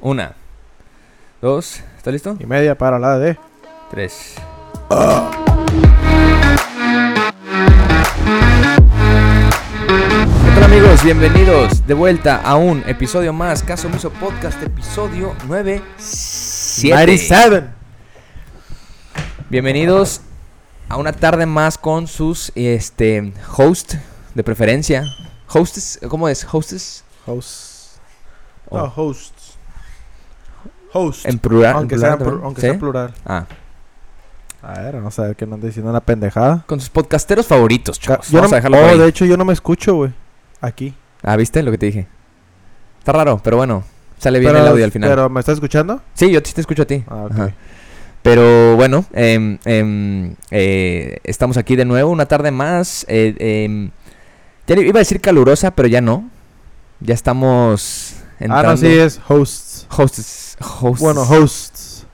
Una, dos, ¿está listo? Y media para la de. Tres. ¿Qué tal amigos? Bienvenidos de vuelta a un episodio más, Caso Miso Podcast, episodio 9. 97. Bienvenidos a una tarde más con sus este host de preferencia. Hostes, ¿cómo es? Hostes Hosts. Oh. No, hosts. Hosts. en plural. aunque en sea, plural en plu- también? aunque ¿Sí? sea en plural. Ah, A ver, vamos a ver que no ande diciendo una pendejada. con sus podcasteros favoritos, Ca- chavos. Yo no, Vamos a dejarlo oh, por ahí. de hecho, yo no me escucho, güey. Aquí. Ah, ¿viste lo que te dije? Está raro, pero bueno, sale bien pero, el audio al final. pero, ¿me estás escuchando? Sí, yo sí te escucho a ti. Ah, ok. Ajá. Pero bueno, em, em, eh, estamos aquí de nuevo, una tarde más. eh, em, ya le- iba a decir calurosa, pero ya no. Ya estamos Ah, entrando. no, sí, es hosts. Hosts, hosts. Bueno, hosts.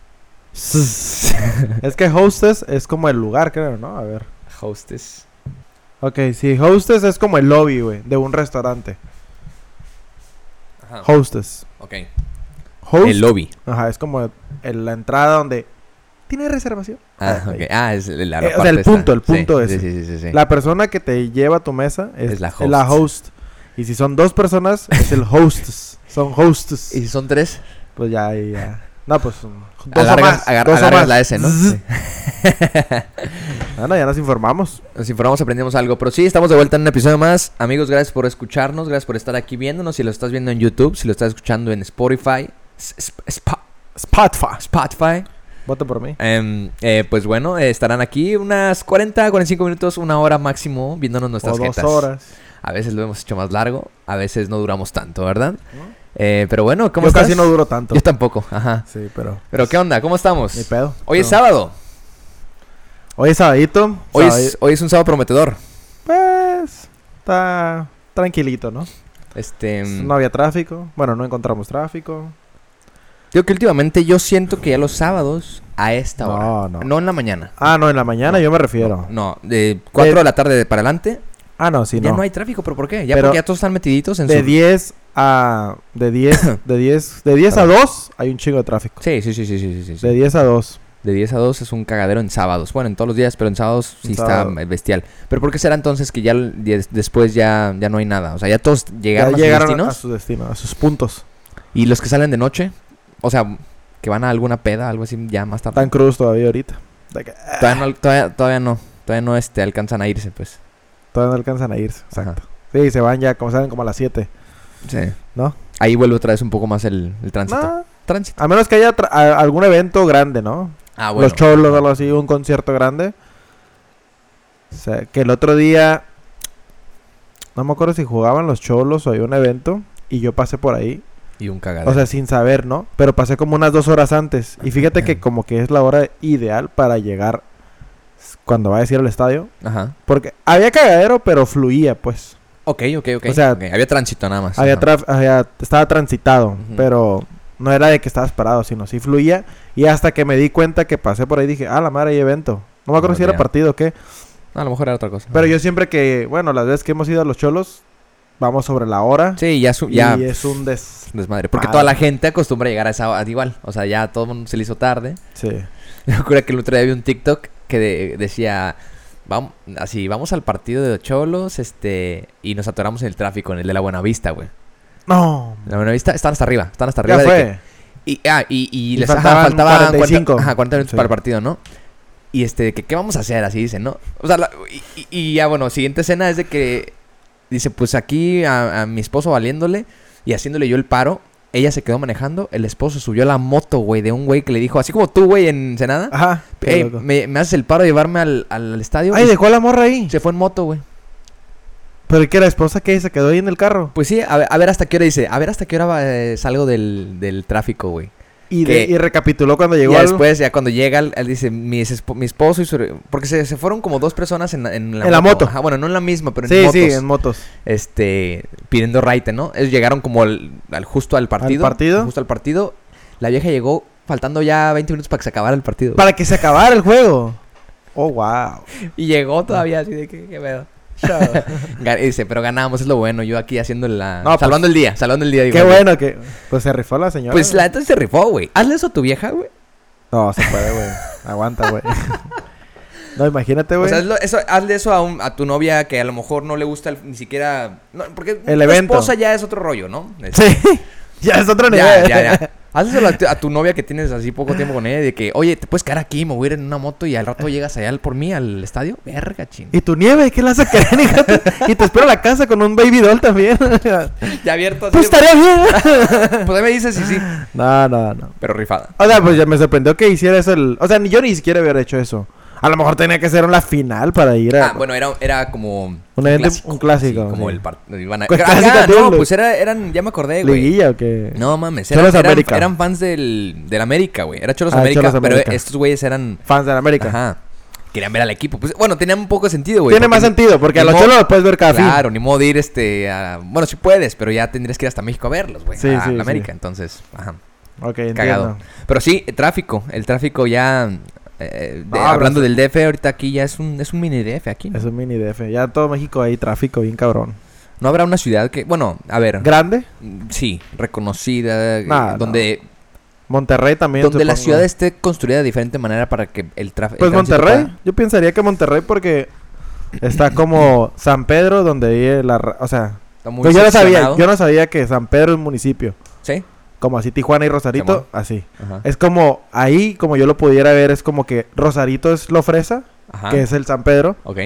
es que hostes es como el lugar, creo, ¿no? A ver. Hostes. Ok, sí, hostes es como el lobby, güey, de un restaurante. Ajá, Hostes. ok. Host. Ah. El lobby. Ajá, es como el- la entrada donde tiene reservación. Ah, Ah, ok. ahí. Ah, es la Eh, o sea, parte el esta. punto, el Sí, punto sí, ese. Sí, sí, sí, sí. La persona que te lleva a tu mesa es, Es la es la host. Y si son dos personas, es el hostes. Son ¿Y hosts. si son tres? Pues ya, ahí ya. No, pues um, dos o Alargas, más. agar- dos o alargas más. la S, ¿no? Zzz. Sí. Ah, no, ya nos informamos. Nos informamos, aprendemos algo. Pero sí, estamos de vuelta en un episodio más. Amigos, gracias por escucharnos. Gracias por estar aquí viéndonos. Si lo estás viendo en YouTube, si lo estás escuchando en Spotify. S- Sp- Sp- Spotify. Spotify. Voto por mí. Em, eh, pues bueno, eh, estarán aquí unas 40, 45 minutos, una hora máximo, viéndonos nuestras o dos jetas. horas. A veces lo hemos hecho más largo, a veces no duramos tanto, ¿verdad? ¿No? Eh, pero bueno, ¿cómo Yo estás? casi no duro tanto. Yo tampoco, ajá. Sí, pero. Pero ¿qué onda? ¿Cómo estamos? Ni pedo. Hoy es No. sábado. Hoy es sabadito. Hoy es, Sabadi- hoy es un sábado prometedor. Pues. Está tranquilito, ¿no? Este, No había tráfico. Bueno, no encontramos tráfico. Digo que últimamente yo siento que ya los sábados a esta No, hora. no. en la mañana. Ah, no, en la mañana yo me refiero. No, de 4 De- de la tarde de para adelante Ah, no, Eh, sí, ya no. no hay tráfico, pero ¿por qué? Ya Pero porque ya todos están metiditos en de su 10 a. De 10. de 10. De 10 a 2 hay un chingo de tráfico. Sí, sí, sí, sí, sí, sí, sí, sí. De 10 a 2. De 10 a 2 es un cagadero en sábados. Bueno, en todos los días, pero en sábados sí En está sábado. eh, bestial. Pero ¿por qué será entonces que ya el- ya des- después ya, ya no hay nada? O sea, ya todos Ya llegaron a sus llegaron a- a destinos sus destinos, a sus puntos. y los que salen de noche, o sea, que van a alguna peda, algo así ya más tarde. Tan cruz todavía ahorita. De que, ah, Todavía no todavía, todavía no, todavía no este alcanzan a irse, pues. todavía no alcanzan a irse. Ajá. Exacto. Sí, se van ya, como saben, como a las 7. Sí. ¿No? Ahí vuelve otra vez un poco más el, el tránsito. No, Tránsito. a menos que haya tra- a- algún evento grande, ¿no? Ah, bueno. Los cholos o algo así, un concierto grande. O sea, que el otro día. No me acuerdo si jugaban los cholos o había un evento. Y yo pasé por ahí. Y un cagadero. O sea, sin saber, ¿no? Pero pasé como unas dos horas antes. Y fíjate que como que es la hora ideal para llegar s- cuando vayas a ir al estadio. Ajá. Porque había cagadero, pero fluía, pues. Ok, ok, ok. O sea, Ok, había tránsito nada más. había, Ajá. traf- había- estaba transitado, Ujú. pero no era de que estabas parado, sino sí fluía. Y hasta que me di cuenta que pasé por ahí dije, ah, la madre, hay evento. No me acuerdo Ah, si era ya. partido o qué. No, a lo mejor era otra cosa. Pero Ajá. yo siempre que, bueno, las veces que hemos ido a los cholos, vamos sobre la hora. Sí, ya. su- ya... Y es un des... Desmadre. Porque Ah, toda la no. gente acostumbra a llegar a esa hora igual. O sea, ya todo el mundo se le hizo tarde. Sí. Me acuerdo que el otro día vi un TikTok que de- decía. Vamos, así, vamos al partido de Cholos, este, y nos atoramos en el tráfico, en el de la Buenavista, güey. No. La Buenavista están hasta arriba, están hasta Ya arriba. de que- fue. Y, ah, y, y Y les ajá, faltaban, faltaban 45. 45. ajá, 40 minutos Sí. para el partido, ¿no? Y este, que, ¿qué vamos a hacer? Así dicen, ¿no? O sea, la- y, y- y ya bueno, siguiente escena es de que dice, pues aquí a, a mi esposo valiéndole y haciéndole yo el paro. Ella se quedó manejando, el esposo subió a la moto, güey, de un güey que le dijo, así como tú, güey, en Senada. Ajá. Ah, qué loco. me, me haces el paro de llevarme al, al, al estadio. Ay, Y dejó a la morra ahí. Se fue en moto, güey. Pero que la esposa que se quedó ahí en el carro. Pues sí, a ver, a ver hasta qué hora dice, a ver hasta qué hora eh, salgo del, del tráfico, güey. Y, de- ¿Qué? y recapituló cuando Y llegó ya al- después, ya cuando llega, él él dice, mi, espo- mi esposo y su... Porque se, se fueron como dos personas en, la En la moto. Ajá, bueno, no en la misma, pero en sí, motos. sí, en motos. Este, pidiendo raite, ¿no? Ellos llegaron como al, al- justo al partido. partido? Justo al partido. La vieja llegó faltando ya 20 minutos para que se acabara el partido. Para que se acabara el juego. Oh, wow. Y llegó todavía así de que, qué pedo. Gan- Dice, pero ganamos, es lo bueno. Yo aquí haciendo la. No, pues, salvando el día, salvando el día. digo, Qué güey. bueno que. Pues se rifó la señora. Pues güey. la neta sí se rifó, güey. Hazle eso a tu vieja, güey. No, se puede, güey. Aguanta, güey. No, imagínate, O güey. sea, hazlo- eso- hazle eso a, un- a tu novia que a lo mejor no le gusta el- ni siquiera. no, porque El tu evento. esposa ya es otro rollo, ¿no? Es- Sí. Ya es otro nivel. Ya, ya, ya. Hazlo a, tu- a tu novia que tienes así poco tiempo con ella de que, oye, te puedes quedar aquí, me voy a ir en una moto y al rato llegas allá al- por mí al estadio. Verga, ching. ¿Y tu nieve? ¿Qué la hace querer, hija? Y te espero a la casa con un baby doll también. pues Ya abierto así. Pues, estaría bien. ahí me dices sí, sí. No, no, no. Pero rifada. O sea, pues ya me sorprendió que hiciera eso el... O sea, ni- yo ni siquiera hubiera hecho eso. A lo mejor tenía que ser una final para ir a... Ah, bueno, era, era como. Un, evento- un clásico, sí, como sí. el partido. Iban a... Pues Ah, clásico no, doble. pues era- eran. Ya me acordé, güey. ¿Liguilla o qué? No mames, Cholos eran, eran- América. eran fans del, del América, güey. Era Cholos Ah, América, Cholos pero América. estos güeyes eran. Fans de la América. Ajá. Querían ver al equipo. Pues, bueno, tenían un poco de sentido, güey. Tiene porque más ni- sentido, porque a ni los mo- cholos los puedes ver cada fin. Claro, ni modo de ir este a... Bueno, sí puedes, pero ya tendrías que ir hasta México a verlos, güey. Sí, a, sí, a la sí. América, entonces, ajá. Ok, entiendo. Cagado. Pero sí, el tráfico. El tráfico ya... eh, de- Ah, hablando pero- del DF, ahorita aquí ya es un, es un mini DF aquí. ¿no? Es un mini DF. Ya en todo México hay tráfico bien cabrón. No habrá una ciudad que... Bueno, a ver. ¿Grande? mm, Sí, reconocida. eh, Nah, no. donde Monterrey también, donde la supongo. ciudad esté construida de diferente manera para que el tráfico... Pues Monterrey. Yo pensaría que Monterrey porque... Está como San Pedro, donde vive la... ra- O sea, pues yo no sabía, yo no sabía que San Pedro es un municipio. Sí. Como así Tijuana y Rosarito, Simón. así. Ajá. Es como ahí, como yo lo pudiera ver, es como que Rosarito es lo fresa, Ajá. que es el San Pedro, Ok.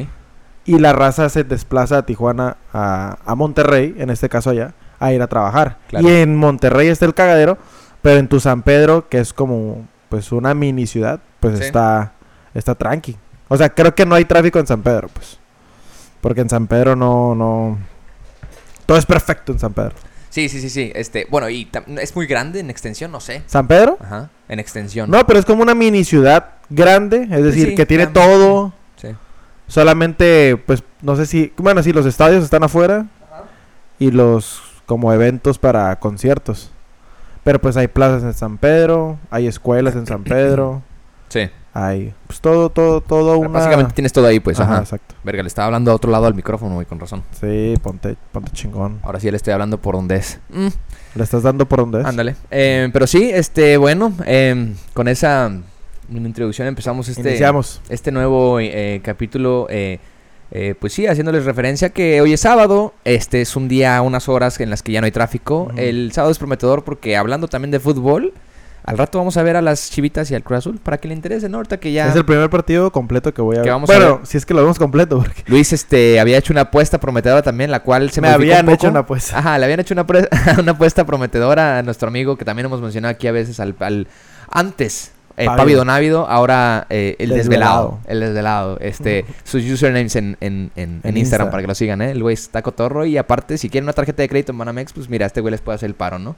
y la raza se desplaza a Tijuana, a, a Monterrey, en este caso allá, a ir a trabajar. Claro. Y en Monterrey está el cagadero, pero en tu San Pedro, que es como pues una mini ciudad, pues Sí. está, está tranqui. O sea, creo que no hay tráfico en San Pedro, pues. Porque en San Pedro no, no. Todo es perfecto en San Pedro. Sí, sí, sí, sí. Este, bueno, y tam- es muy grande en extensión, no sé. ¿San Pedro? Ajá. En extensión. No, pero es como una mini ciudad grande, es decir, sí, que tiene ya, todo. Sí. Solamente, pues, no sé si. Bueno, sí, los estadios están afuera. Y los como eventos para conciertos. Pero pues hay plazas en San Pedro, hay escuelas en San Pedro, Sí. hay. Pues todo, todo, todo una. Básicamente tienes todo ahí, pues. Ajá, Ajá. exacto. Verga, le estaba hablando a otro lado al micrófono, güey, con razón. Sí, ponte, ponte chingón. Ahora sí ya le estoy hablando por donde es. Mm, Le estás dando por donde es. ándale. Eh, pero sí, este, bueno, em, con esa mm, introducción empezamos este, Iniciamos. este nuevo eh, capítulo. eh, eh, pues sí, haciéndoles referencia que hoy es sábado. Este es un día, unas horas en las que ya no hay tráfico. Ujú. El sábado es prometedor porque hablando también de fútbol, al rato vamos a ver a las chivitas y al Cruz Azul para que le interese, ¿no? Ahorita que ya. Es el primer partido completo que voy a Que ver. vamos a bueno, ver. si es que lo vemos completo, porque Luis este había hecho una apuesta prometedora también, la cual se me modificó un habían poco. Ah. hecho una pues, apuesta. Ajá, le habían hecho una, pre- una apuesta prometedora a nuestro amigo que también hemos mencionado aquí a veces al, al- antes eh, Pávido. Pávido Návido, ahora eh, el desvelado. Desvelado. el desvelado, este sus usernames en, en, en- en En Instagram Insta. para que lo sigan, eh, el güey está cotorro y aparte si quieren una tarjeta de crédito en Banamex, pues mira, este güey les puede hacer el paro, ¿no?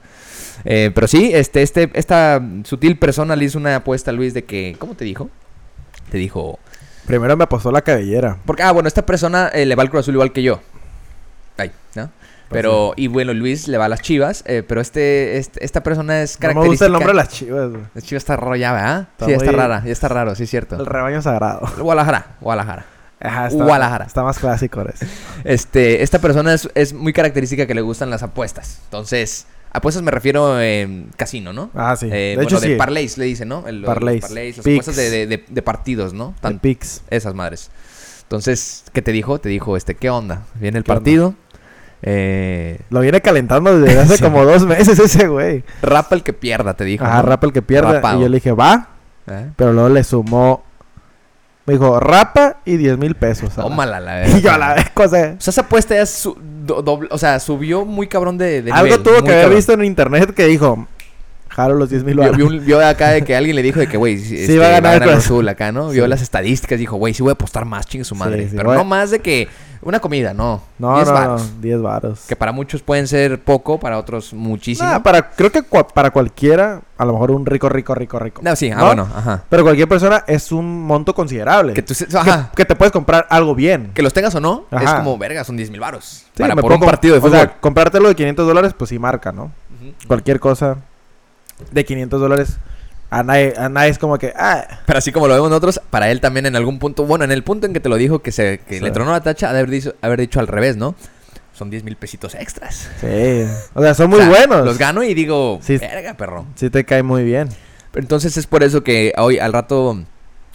Eh, pero sí, este este esta sutil persona le hizo una apuesta a Luis de que ¿cómo te dijo? Te dijo Primero me apostó la cabellera. porque, ah, bueno, esta persona eh, le va al Cruz Azul igual que yo. Ay, Pues ¿no? Pero, y bueno, Luis le va a las chivas, eh, pero este, este- esta persona es No característica... me gusta el nombre de las chivas, güey. La chiva está raro ya, ¿verdad? Está sí, ya está muy- rara, ya está raro, sí es El cierto. rebaño sagrado. Guadalajara, Guadalajara. Ajá, está, Guadalajara. Está más clásico ese. Este, esta persona es, es muy característica que le gustan las apuestas. Entonces, apuestas me refiero eh, casino, ¿no? Ah, sí. Eh, de bueno, hecho, de sí. De parlays le dicen, ¿no? El- los Parlays, parlays, las picks. apuestas de, de- de- de partidos, ¿no? Tan- Pix. Esas madres. Entonces, ¿qué te dijo? Te dijo, este, ¿qué onda? Viene el ¿Qué onda? partido. Eh, Lo viene calentando desde hace Sí. como dos meses ese güey. rapa el que pierda, te dijo. Ajá, ¿no? rapa el que pierda. Rapado. Y yo le dije, va. ¿Eh? Pero luego le sumó. Me dijo, rapa y 10 mil pesos. a la- Tómala, la verdad. Y yo a la vez, cosa. O sea, esa apuesta ya su- do- doble- o sea, subió muy cabrón de, de Algo nivel, tuvo muy que haber cabrón. visto en internet que dijo, jalo los 10 mil Vio, baros. vio un- vio acá de que alguien le dijo de que, güey, si- Sí, este, va a ganar el Cruz Cruz Azul acá, ¿no? Vio Sí. las estadísticas, dijo, güey, sí voy a apostar más, chingue su madre. sí, Pero voy a- no más de que una comida, no. No, Diez no, no, varos, 10 varos. Que para muchos pueden ser poco, para otros muchísimo. Nah, para, creo que cua- para cualquiera, a lo mejor un rico, rico, rico, rico. No, sí, ah, ¿No? bueno, ajá. Pero cualquier persona es un monto considerable. Que Que, tú, se- ajá. que te puedes comprar algo bien. Que los tengas o no, es Ajá. como, verga, son 10 mil baros. Sí, para me por un puedo comp- partido de fútbol. O sea, comprártelo de 500 dólares, pues sí marca, ¿no? Cualquier cosa de 500 dólares A nadie, a nadie es como que, ah, Pero así como lo vemos nosotros, para él también en algún punto, bueno, en el punto en que te lo dijo que se que Sí. le tronó la tacha, ha de haber dicho, haber dicho al revés, ¿no? Son 10 mil pesitos extras. sí. O sea, son muy O sea, buenos. Los gano y digo, Sí. verga, perro. Sí te cae muy bien. Entonces es por eso que hoy al rato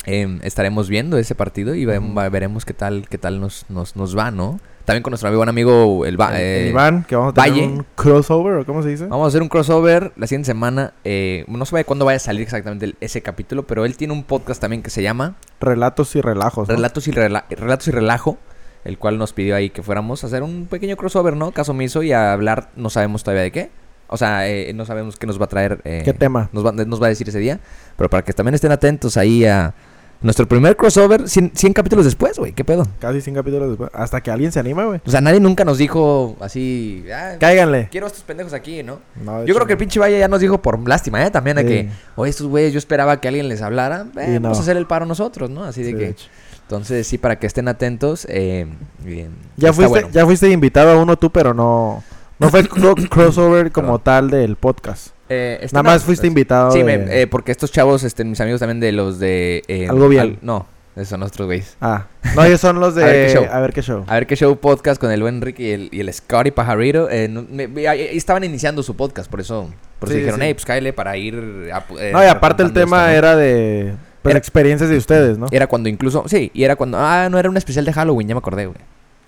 em, estaremos viendo ese partido y ve- Ujú. va- veremos qué tal, qué tal nos, nos, nos va, ¿no? También con nuestro amigo, buen amigo, el, va, El- el eh, Iván, que vamos a tener Valle. un crossover, ¿o cómo se dice? Vamos a hacer un crossover la siguiente semana. eh, no sé cuándo vaya a salir exactamente el- ese capítulo, pero él tiene un podcast también que se llama Relatos y relajos. ¿no? Relatos y, Rela- Relatos y Relajo, el cual nos pidió ahí que fuéramos a hacer un pequeño crossover, ¿no? Caso omiso y a hablar, no sabemos todavía de qué. O sea, eh, no sabemos qué nos va a traer. eh, ¿Qué tema? Nos va, nos va a decir ese día. Pero para que también estén atentos ahí a nuestro primer crossover, 100, 100 capítulos después, güey. ¿Qué pedo? Casi 100 capítulos después. Hasta que alguien se anime, güey. O sea, nadie nunca nos dijo así. "Ah, Cáiganle. quiero a estos pendejos aquí, ¿no? No, de Yo hecho, creo que el pinche Valle ya nos dijo por lástima, ¿eh? También a Sí. que, oye, estos güeyes, yo esperaba que alguien les hablara. Eh, Y no. Vamos a hacer el paro nosotros, ¿no? Así de Sí, de que. hecho. Entonces, sí, para que estén atentos. eh, bien. Ya Está fuiste, bueno. ya fuiste invitado a uno tú, pero no. No fue el cro- crossover como Perdón. tal del podcast. Eh, está Nada una- más fuiste invitado. Sí, de- me- eh, porque estos chavos, este, mis amigos también de los de. eh, Algo bien. no, esos son otros güeyes. Ah, no, ellos son los de. A ver qué show. A ver qué show. A ver qué show podcast con el buen Ricky y el, y el Scotty Pajarito. eh, no- me- me- ahí- ahí estaban iniciando su podcast, por eso. Por eso Sí, dijeron, sí. hey, pues cáele para ir. a- eh, no, y aparte el reportando tema esto, ¿no? era de. Pues Era- experiencias de ustedes, ¿no? Era cuando incluso. Sí, y era cuando. Ah, no, era un especial de Halloween, ya me acordé, güey.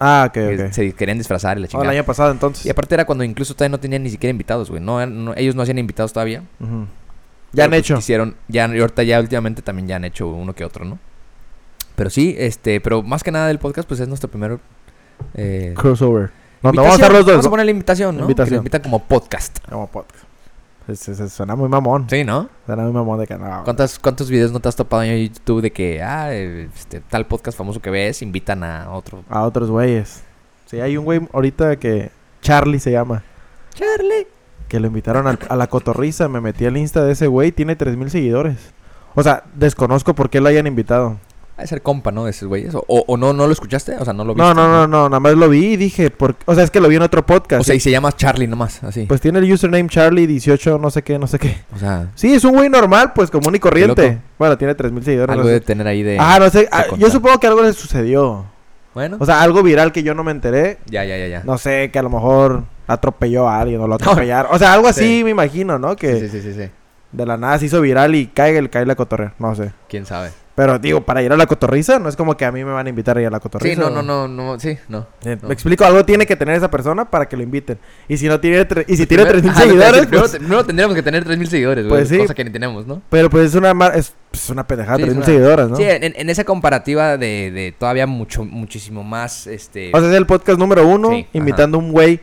Ah, ok, Que ok. Se querían disfrazar y la Oh, el chingada. año pasado entonces. y aparte era cuando incluso todavía no tenían ni siquiera invitados, güey. No, no- ellos no hacían invitados todavía. Ujú. Ya Pero, han pues, hecho. Hicieron, ya, y ahorita ya últimamente también ya han hecho uno que otro, ¿no? Pero sí, este, pero más que nada del podcast, pues es nuestro primero. Eh, Crossover. No, no, invitación. vamos a hacer los dos. Vamos a poner la invitación, ¿no? Invitación. Que nos invitan como podcast. Como podcast. Es- es- es- suena muy mamón. Sí, ¿no? Suena muy mamón de canal. ¿Cuántas, ¿Cuántos videos no te has topado en YouTube de que, ah, eh, este, tal podcast famoso que ves, invitan a otro? A otros güeyes. Sí, hay un güey ahorita que. Charlie se llama. Charlie. Que lo invitaron al- a la cotorriza. Me metí al insta de ese güey. Tiene 3000 seguidores. O sea, desconozco por qué lo hayan invitado. Ha de ser compa, ¿no? De esos güeyes. O, o no, no lo escuchaste, o sea, no lo viste. No, no, no, no. Nada más lo vi y dije. Por... O sea, es que lo vi en otro podcast. O sea, y se llama Charlie nomás, así. Pues tiene el username Charlie18, no sé qué, no sé qué. o sea, Sí, es un güey normal, pues común y loco. corriente. Bueno, tiene 3000 seguidores. algo no de sé. tener ahí de. Ah, no sé. ah, contar. yo supongo que algo le sucedió. bueno. O sea, algo viral que yo no me enteré. ya, ya, ya, ya. No sé, que a lo mejor atropelló a alguien o lo atropellaron. O sea, algo así Sí. me imagino, ¿no? Sí, Que sí, sí, sí, sí. de la nada se hizo viral y caiga el cae la cotorrea. No sé. ¿Quién sabe? Pero digo, para ir a la cotorriza, no es como que a mí me van a invitar a ir a la cotorriza. Sí, no, ¿o? no, no, no, sí, no. Eh, no. Me explico, algo tiene que tener esa persona para que lo inviten. Y si no tiene tre- y si tiene Primero- 3000 ajá, lo que iba a seguidores, decir, primero pues- te- primero tendríamos que tener 3000 seguidores, güey. Pues sí. Cosa que ni tenemos, ¿no? Pero pues es una mar- es, pues, una pendejada, Sí, es 3000 una- seguidoras, Pues, ¿no? Sí, en, en esa comparativa de, de todavía mucho, muchísimo más, este... O sea, es el podcast número uno Sí, invitando a un güey.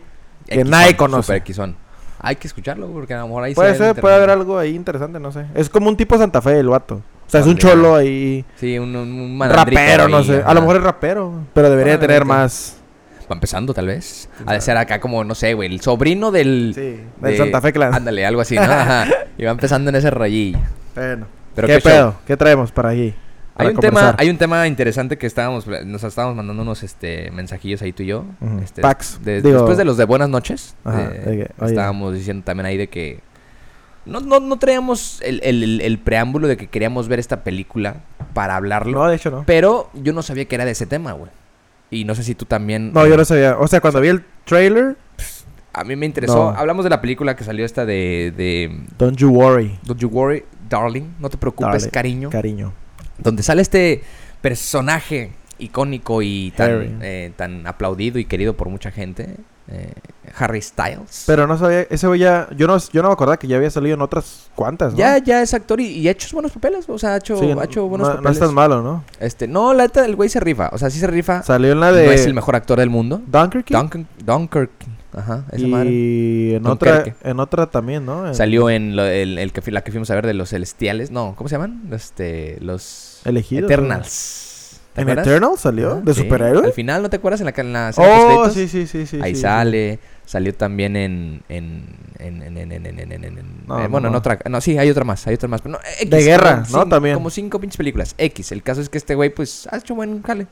que equisón, nadie conoce. super equisón. Hay que escucharlo, porque a lo mejor ahí se Puede ve en ser, puede haber internet. algo ahí interesante, no sé. Es como un tipo Santa Fe, el vato. O sea, es un Ándale. cholo ahí. Sí, un, un, un malandrito Rapero, no ahí, sé. ajá. A lo mejor es rapero, pero debería Probablemente. tener más. Va empezando, tal vez. Ha de ser acá como, no sé, güey, el sobrino del... Sí, del de- Santa Fe Clan. Ándale, algo así, ¿no? Ajá. Y va empezando en ese rayillo. Bueno. Pero ¿Qué, qué show. pedo? ¿Qué traemos para aquí? Hay Para un, tema, conversar. hay un tema interesante que estábamos, pla- nos estábamos mandando unos este, mensajillos ahí tú y yo. Ujú. este, Packs, de- digo- después de los de Buenas noches, Ajá, eh, de que, oye. estábamos diciendo también ahí de que no, no, no traíamos el, el- el- el preámbulo de que queríamos ver esta película para hablarlo. No, de hecho no. Pero yo no sabía que era de ese tema, güey. Y no sé si tú también... No, yo no sabía. O sea, cuando vi el trailer, A mí me interesó. No. Hablamos de la película que salió esta de... de Don't You Worry, Don't You Worry, Darling. No te preocupes, Darling, cariño. cariño. donde sale este personaje icónico y Harry. tan, eh, tan aplaudido y querido por mucha gente, eh, Harry Styles. Pero no sabía, ese güey ya. Yo no, yo no me acordaba que ya había salido en otras cuantas, pues, ¿no? ya, ya es actor y, y ha hecho buenos papeles, o sea, ha hecho, Sí, ha hecho buenos no, no papeles. es tan malo, ¿no? este, no, la neta, el güey se rifa, o sea, sí se rifa. Salió en la de No es el mejor actor del mundo. Dunkirk Duncan, Dunkirk, ajá, esa y madre. en otra Dunkerque. en otra también, ¿no? En- Salió en lo- el, el que, fui- la que fuimos a ver de los celestiales, no, ¿cómo se llaman? Este, los Elegidos, Eternals. ¿Te en acuerdas? Eternal salió Ajá, de sí. superhéroe. Al final, ¿no te acuerdas? En la, en la escena post Oh, créditos? sí, sí, sí, sí. Ahí sí, sí. sale. Salió también en. en, en, en, en, en, en, en, en, en- No, eh, no, bueno, en no. otra. No, sí, hay otra más. Hay otra más. Pero no, X, De guerra, como ¿no? cin- También. Como cinco pinches películas. X. El caso es que este güey, pues, ha hecho buen jale.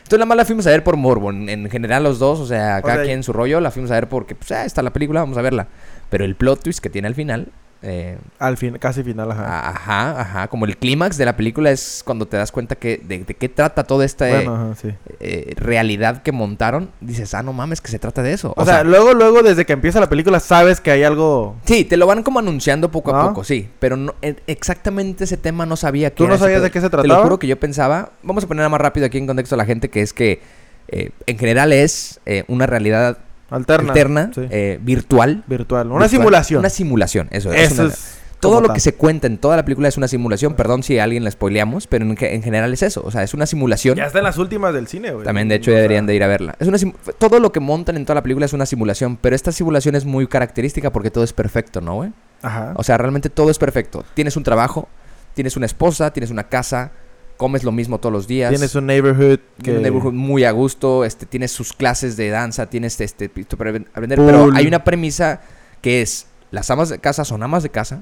Entonces, la más la fuimos a ver por Morbo. En, en general, los dos. O sea, O cada sea, quien su rollo. La fuimos a ver porque, pues, ah, está la película, vamos a verla. Pero el plot twist que tiene al final eh, Al fin, casi final, ajá. Ah, ajá, ajá. Como el clímax de la película es cuando te das cuenta que de, de qué trata toda esta eh, bueno, ajá, sí. eh, realidad que montaron. Dices, ah, no mames, que se trata de eso. O, sea, luego, luego, desde que empieza la película, sabes que hay algo. sí, te lo van como anunciando poco a ¿No? poco, sí. Pero no- e- exactamente ese tema no sabía que ¿Tú no era ese sabías pedo. de qué se Te lo trataba? juro que yo pensaba, vamos a poner más rápido aquí en contexto a la gente, que es que eh, en general es eh, una realidad Alterna. alterna, Sí. eh, virtual. Virtual. Una virtual. simulación. Una simulación, eso, es. Eso una- es Todo como lo tal. que se cuenta en toda la película es una simulación. Perdón si a alguien la spoileamos, pero en, ge- en general es eso. O sea, es una simulación. Ya está en las últimas del cine, güey. También, de hecho, O ya sea, deberían de ir a verla. Es una sim- todo lo que montan en toda la película es una simulación, pero esta simulación es muy característica porque todo es perfecto, ¿no, güey? Ajá. O sea, realmente todo es perfecto. Tienes un trabajo, tienes una esposa, tienes una casa, comes lo mismo todos los días. Tienes un neighborhood que... Tienes un neighborhood muy a gusto, este, tienes sus clases de danza, tienes este, esto para ven- aprender. Pero Pool. hay una premisa que es, las amas de casa son amas de casa.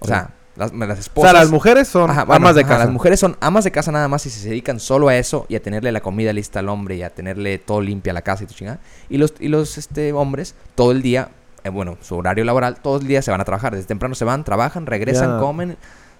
O Sí. sea, las, las O esposas... sea, las mujeres son Ajá, bueno, amas de ajá, casa. Las mujeres son amas de casa nada más y se dedican solo a eso y a tenerle la comida lista al hombre y a tenerle todo limpia la casa y tu chingada. Y los, y los este, hombres todo el día, eh, bueno, su horario laboral, todo el día se van a trabajar. Desde temprano se van, trabajan, regresan, Ya. comen,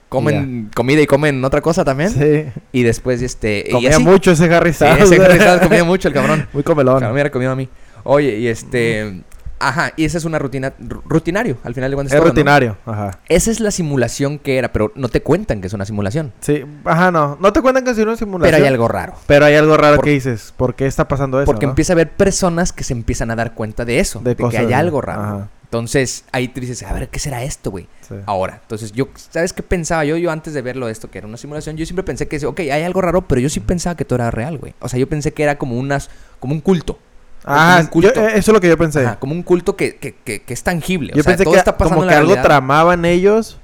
comen comida y comen otra cosa también. Sí. Y después, este... ¿eh? y Comía así. mucho ese Harry Sí, Styles. ese güey. Harry Styles comía mucho el cabrón. Muy comelón. Ojalá me hubiera comido a mí. Oye, y este... Ajá, y esa es una rutina... ru- Rutinario, al final de cuentas. es todo, ¿no? rutinario. Ajá. Esa es la simulación que era, pero no te cuentan que es una simulación. Sí. Ajá, no. No te cuentan que es una simulación. Pero hay algo raro. Pero hay algo raro Por- que dices. ¿Por qué está pasando eso? porque no? empieza a haber personas que se empiezan a dar cuenta de eso. De De, que cosas, hay ¿no? algo raro. Ajá. Entonces, ahí tú dices, a ver, ¿qué será esto, güey? Sí. Ahora, entonces yo, ¿sabes qué pensaba yo? Yo antes de verlo esto, que era una simulación, yo siempre pensé que, ok, hay algo raro, pero yo sí pensaba que todo era real, güey. O sea, yo pensé que era como unas, como un culto. Ah, un culto. yo- eh, eso es lo que yo pensé. Ajá, como un culto que, que, que, que es tangible. yo o sea, pensé todo que está pasando como en que la algo realidad. tramaban ellos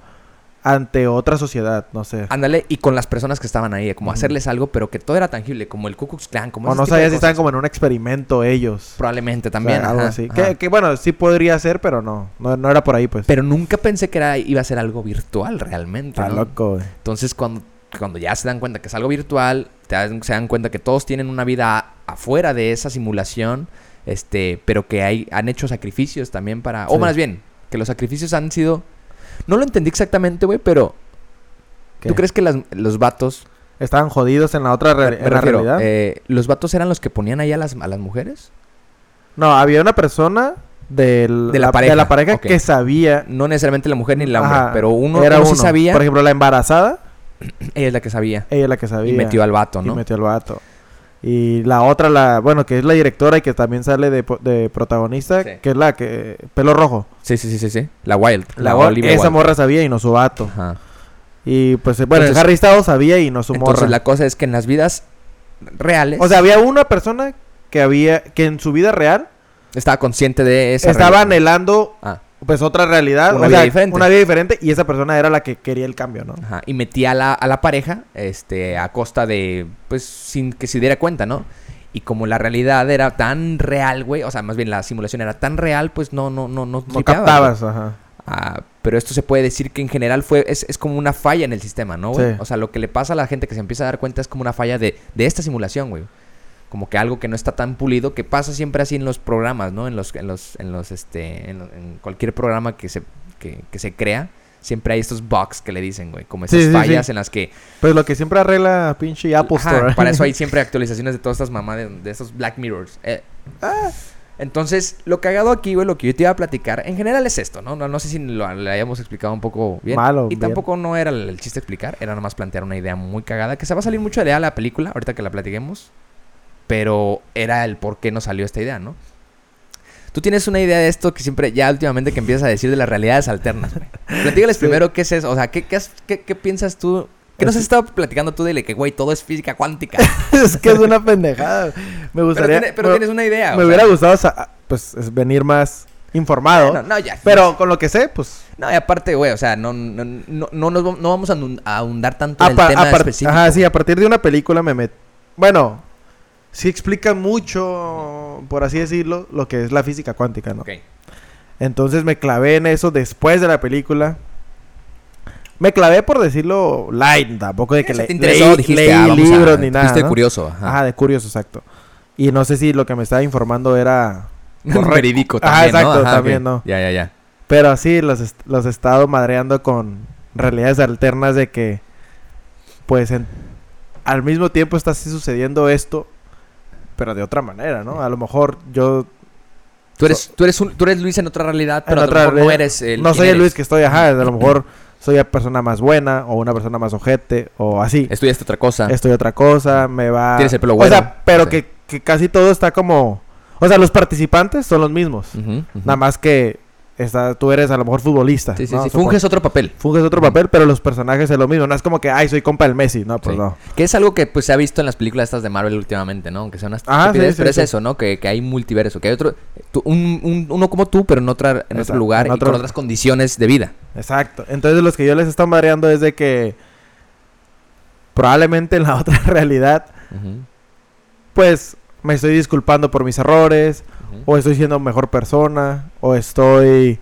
ante otra sociedad. No sé. Ándale, y con las personas que estaban ahí, como Ujú. hacerles algo, pero que todo era tangible, como el Ku Klux Klan, como O ese no tipo de sabías si cosas. estaban como en un experimento ellos. Probablemente O sea, también. algo ajá, así. ajá. Que, que, bueno, sí podría ser, pero no. No, no era por ahí, pues. Pero nunca pensé que era, iba a ser algo virtual realmente. Está ¿no? loco, güey. Entonces, cuando, cuando ya se dan cuenta que es algo virtual, te dan- se dan cuenta que todos tienen una vida a- afuera de esa simulación, este, pero que hay, han hecho sacrificios también para. O Sí. más bien, que los sacrificios han sido. No lo entendí exactamente, güey, pero ¿Qué? ¿tú crees que las- los vatos. Estaban jodidos en la otra re- en me la refiero, realidad. eh, ¿Los vatos eran los que ponían ahí a las, a las mujeres? No, había una persona del- De la pareja, ok. que sabía. No necesariamente la mujer ni la hombre, Ajá, pero uno, uno sí sabía, Por ejemplo, la embarazada, ella es la que sabía. ella es la que sabía. Y metió al vato, y ¿no? metió al vato. Y la otra, la, bueno, que es la directora y que también sale de, po- de protagonista, Sí. que es la que. Pelo rojo. Sí, sí, sí, sí, sí. La Wild. La, La, o- Olivia esa Wilde. morra sabía y no su vato. Ajá. Y pues, eh, bueno, Entonces- el Harry Styles sabía y no su Entonces morra. la cosa es que en las vidas reales O sea, había una persona que había. que en su vida real estaba consciente de esa estaba realidad. anhelando Ah, pues otra realidad, Una o vida sea, diferente. Ah, una vida diferente y esa persona era la que quería el cambio, ¿no? ajá. Y metía a la, a la pareja, este, a costa de, pues, sin que se diera cuenta, ¿no? Y como la realidad era tan real, güey, o sea, más bien la simulación era tan real, pues no, no, no, no. No tripeaba, güey. captabas, ajá. Ah, pero esto se puede decir que en general fue, es, es como una falla en el sistema, ¿no, güey? Sí. O sea, lo que le pasa a la gente que se empieza a dar cuenta es como una falla de, de esta simulación, güey. Como que algo que no está tan pulido, que pasa siempre así en los programas, ¿no? En los, en los, en los, este, en, en cualquier programa que se, que, que se crea, siempre hay estos bugs que le dicen, güey. Como esas Sí, sí, sí. fallas en las que... Pues lo que siempre arregla pinche Apple Ajá, Store. para eso hay siempre actualizaciones de todas estas mamás de, de estos Black Mirrors. Eh, Entonces, lo cagado aquí, güey, lo que yo te iba a platicar, en general es esto, ¿no? No, no sé si lo, le hayamos explicado un poco bien. Malo, y bien. tampoco no era el, el chiste explicar, era nomás plantear una idea muy cagada, que se va a salir mucho de la, la película, ahorita que la platiquemos, pero era el por qué nos salió esta idea, ¿no? Tú tienes una idea de esto que siempre, ya últimamente que empiezas a decir de las realidades alternas, güey. Platícales Sí. primero qué es eso, o sea, ¿qué, qué, has- qué- qué piensas tú? ¿Qué nos has estado platicando tú de le que, güey, todo es física cuántica? es que es una pendejada. Me Pero, gustaría. tiene- pero me, tienes una idea. me o sea. hubiera gustado sa- pues es venir más informado. No, no, ya. Pero con lo que sé, pues. No, y aparte, güey, o sea, no, no, no, no, nos, vam- no vamos a nun- a ahondar tanto en A, el pa- tema a par- específico. ajá, sí, a partir de una película me met... Bueno, sí explica mucho, por así decirlo, lo que es la física cuántica, ¿no? Ok. Entonces me clavé en eso después de la película. Me clavé por decirlo light, tampoco de que O sea, le, te interesó, leí, dijiste, leí ah, vamos a- libros ni te nada. fuiste ¿no? curioso. Ajá. Ajá, de curioso, exacto. Y no sé si lo que me estaba informando era... Verídico Ajá, también, ¿no? exacto, Ajá, también, ok. ¿no? Ya, ya, ya. Pero así los, est- los he estado madreando con realidades alternas de que, pues, en- al mismo tiempo está así sucediendo esto, pero de otra manera, ¿no? A lo mejor yo Tú eres, tú, eres un- tú eres Luis en otra realidad, pero a lo otra mejor no realidad. eres el. no quien soy el eres. Luis que estoy, ajá, a lo mejor soy la persona más buena o una persona más ojete o así. Estudiaste otra cosa. Estoy otra cosa, me va... Tienes el pelo O güero. sea, pero Sí. que, que casi todo está como... O sea, los participantes son los mismos. Ujú, ujú. Nada más que está, tú eres a lo mejor futbolista. Sí, sí, ¿no? sí. Supongo- Funges otro papel. Funges otro Ujú. papel, pero los personajes es lo mismo. No es como que, ay, soy compa del Messi. No, pues Sí. no. Que es algo que pues se ha visto en las películas estas de Marvel últimamente, ¿no? Aunque sean unas Ah, sí, estupidez, sí, pero sí. es eso, ¿no? Que, que hay multiverso, que hay otro, tú- un- un- uno como tú, pero en otra, en otro Exacto, lugar en y otro- con otras condiciones de vida. Exacto. Entonces, los que yo les estoy mareando es de que probablemente en la otra realidad, Ujú, pues me estoy disculpando por mis errores, ujú. o estoy siendo mejor persona, o estoy.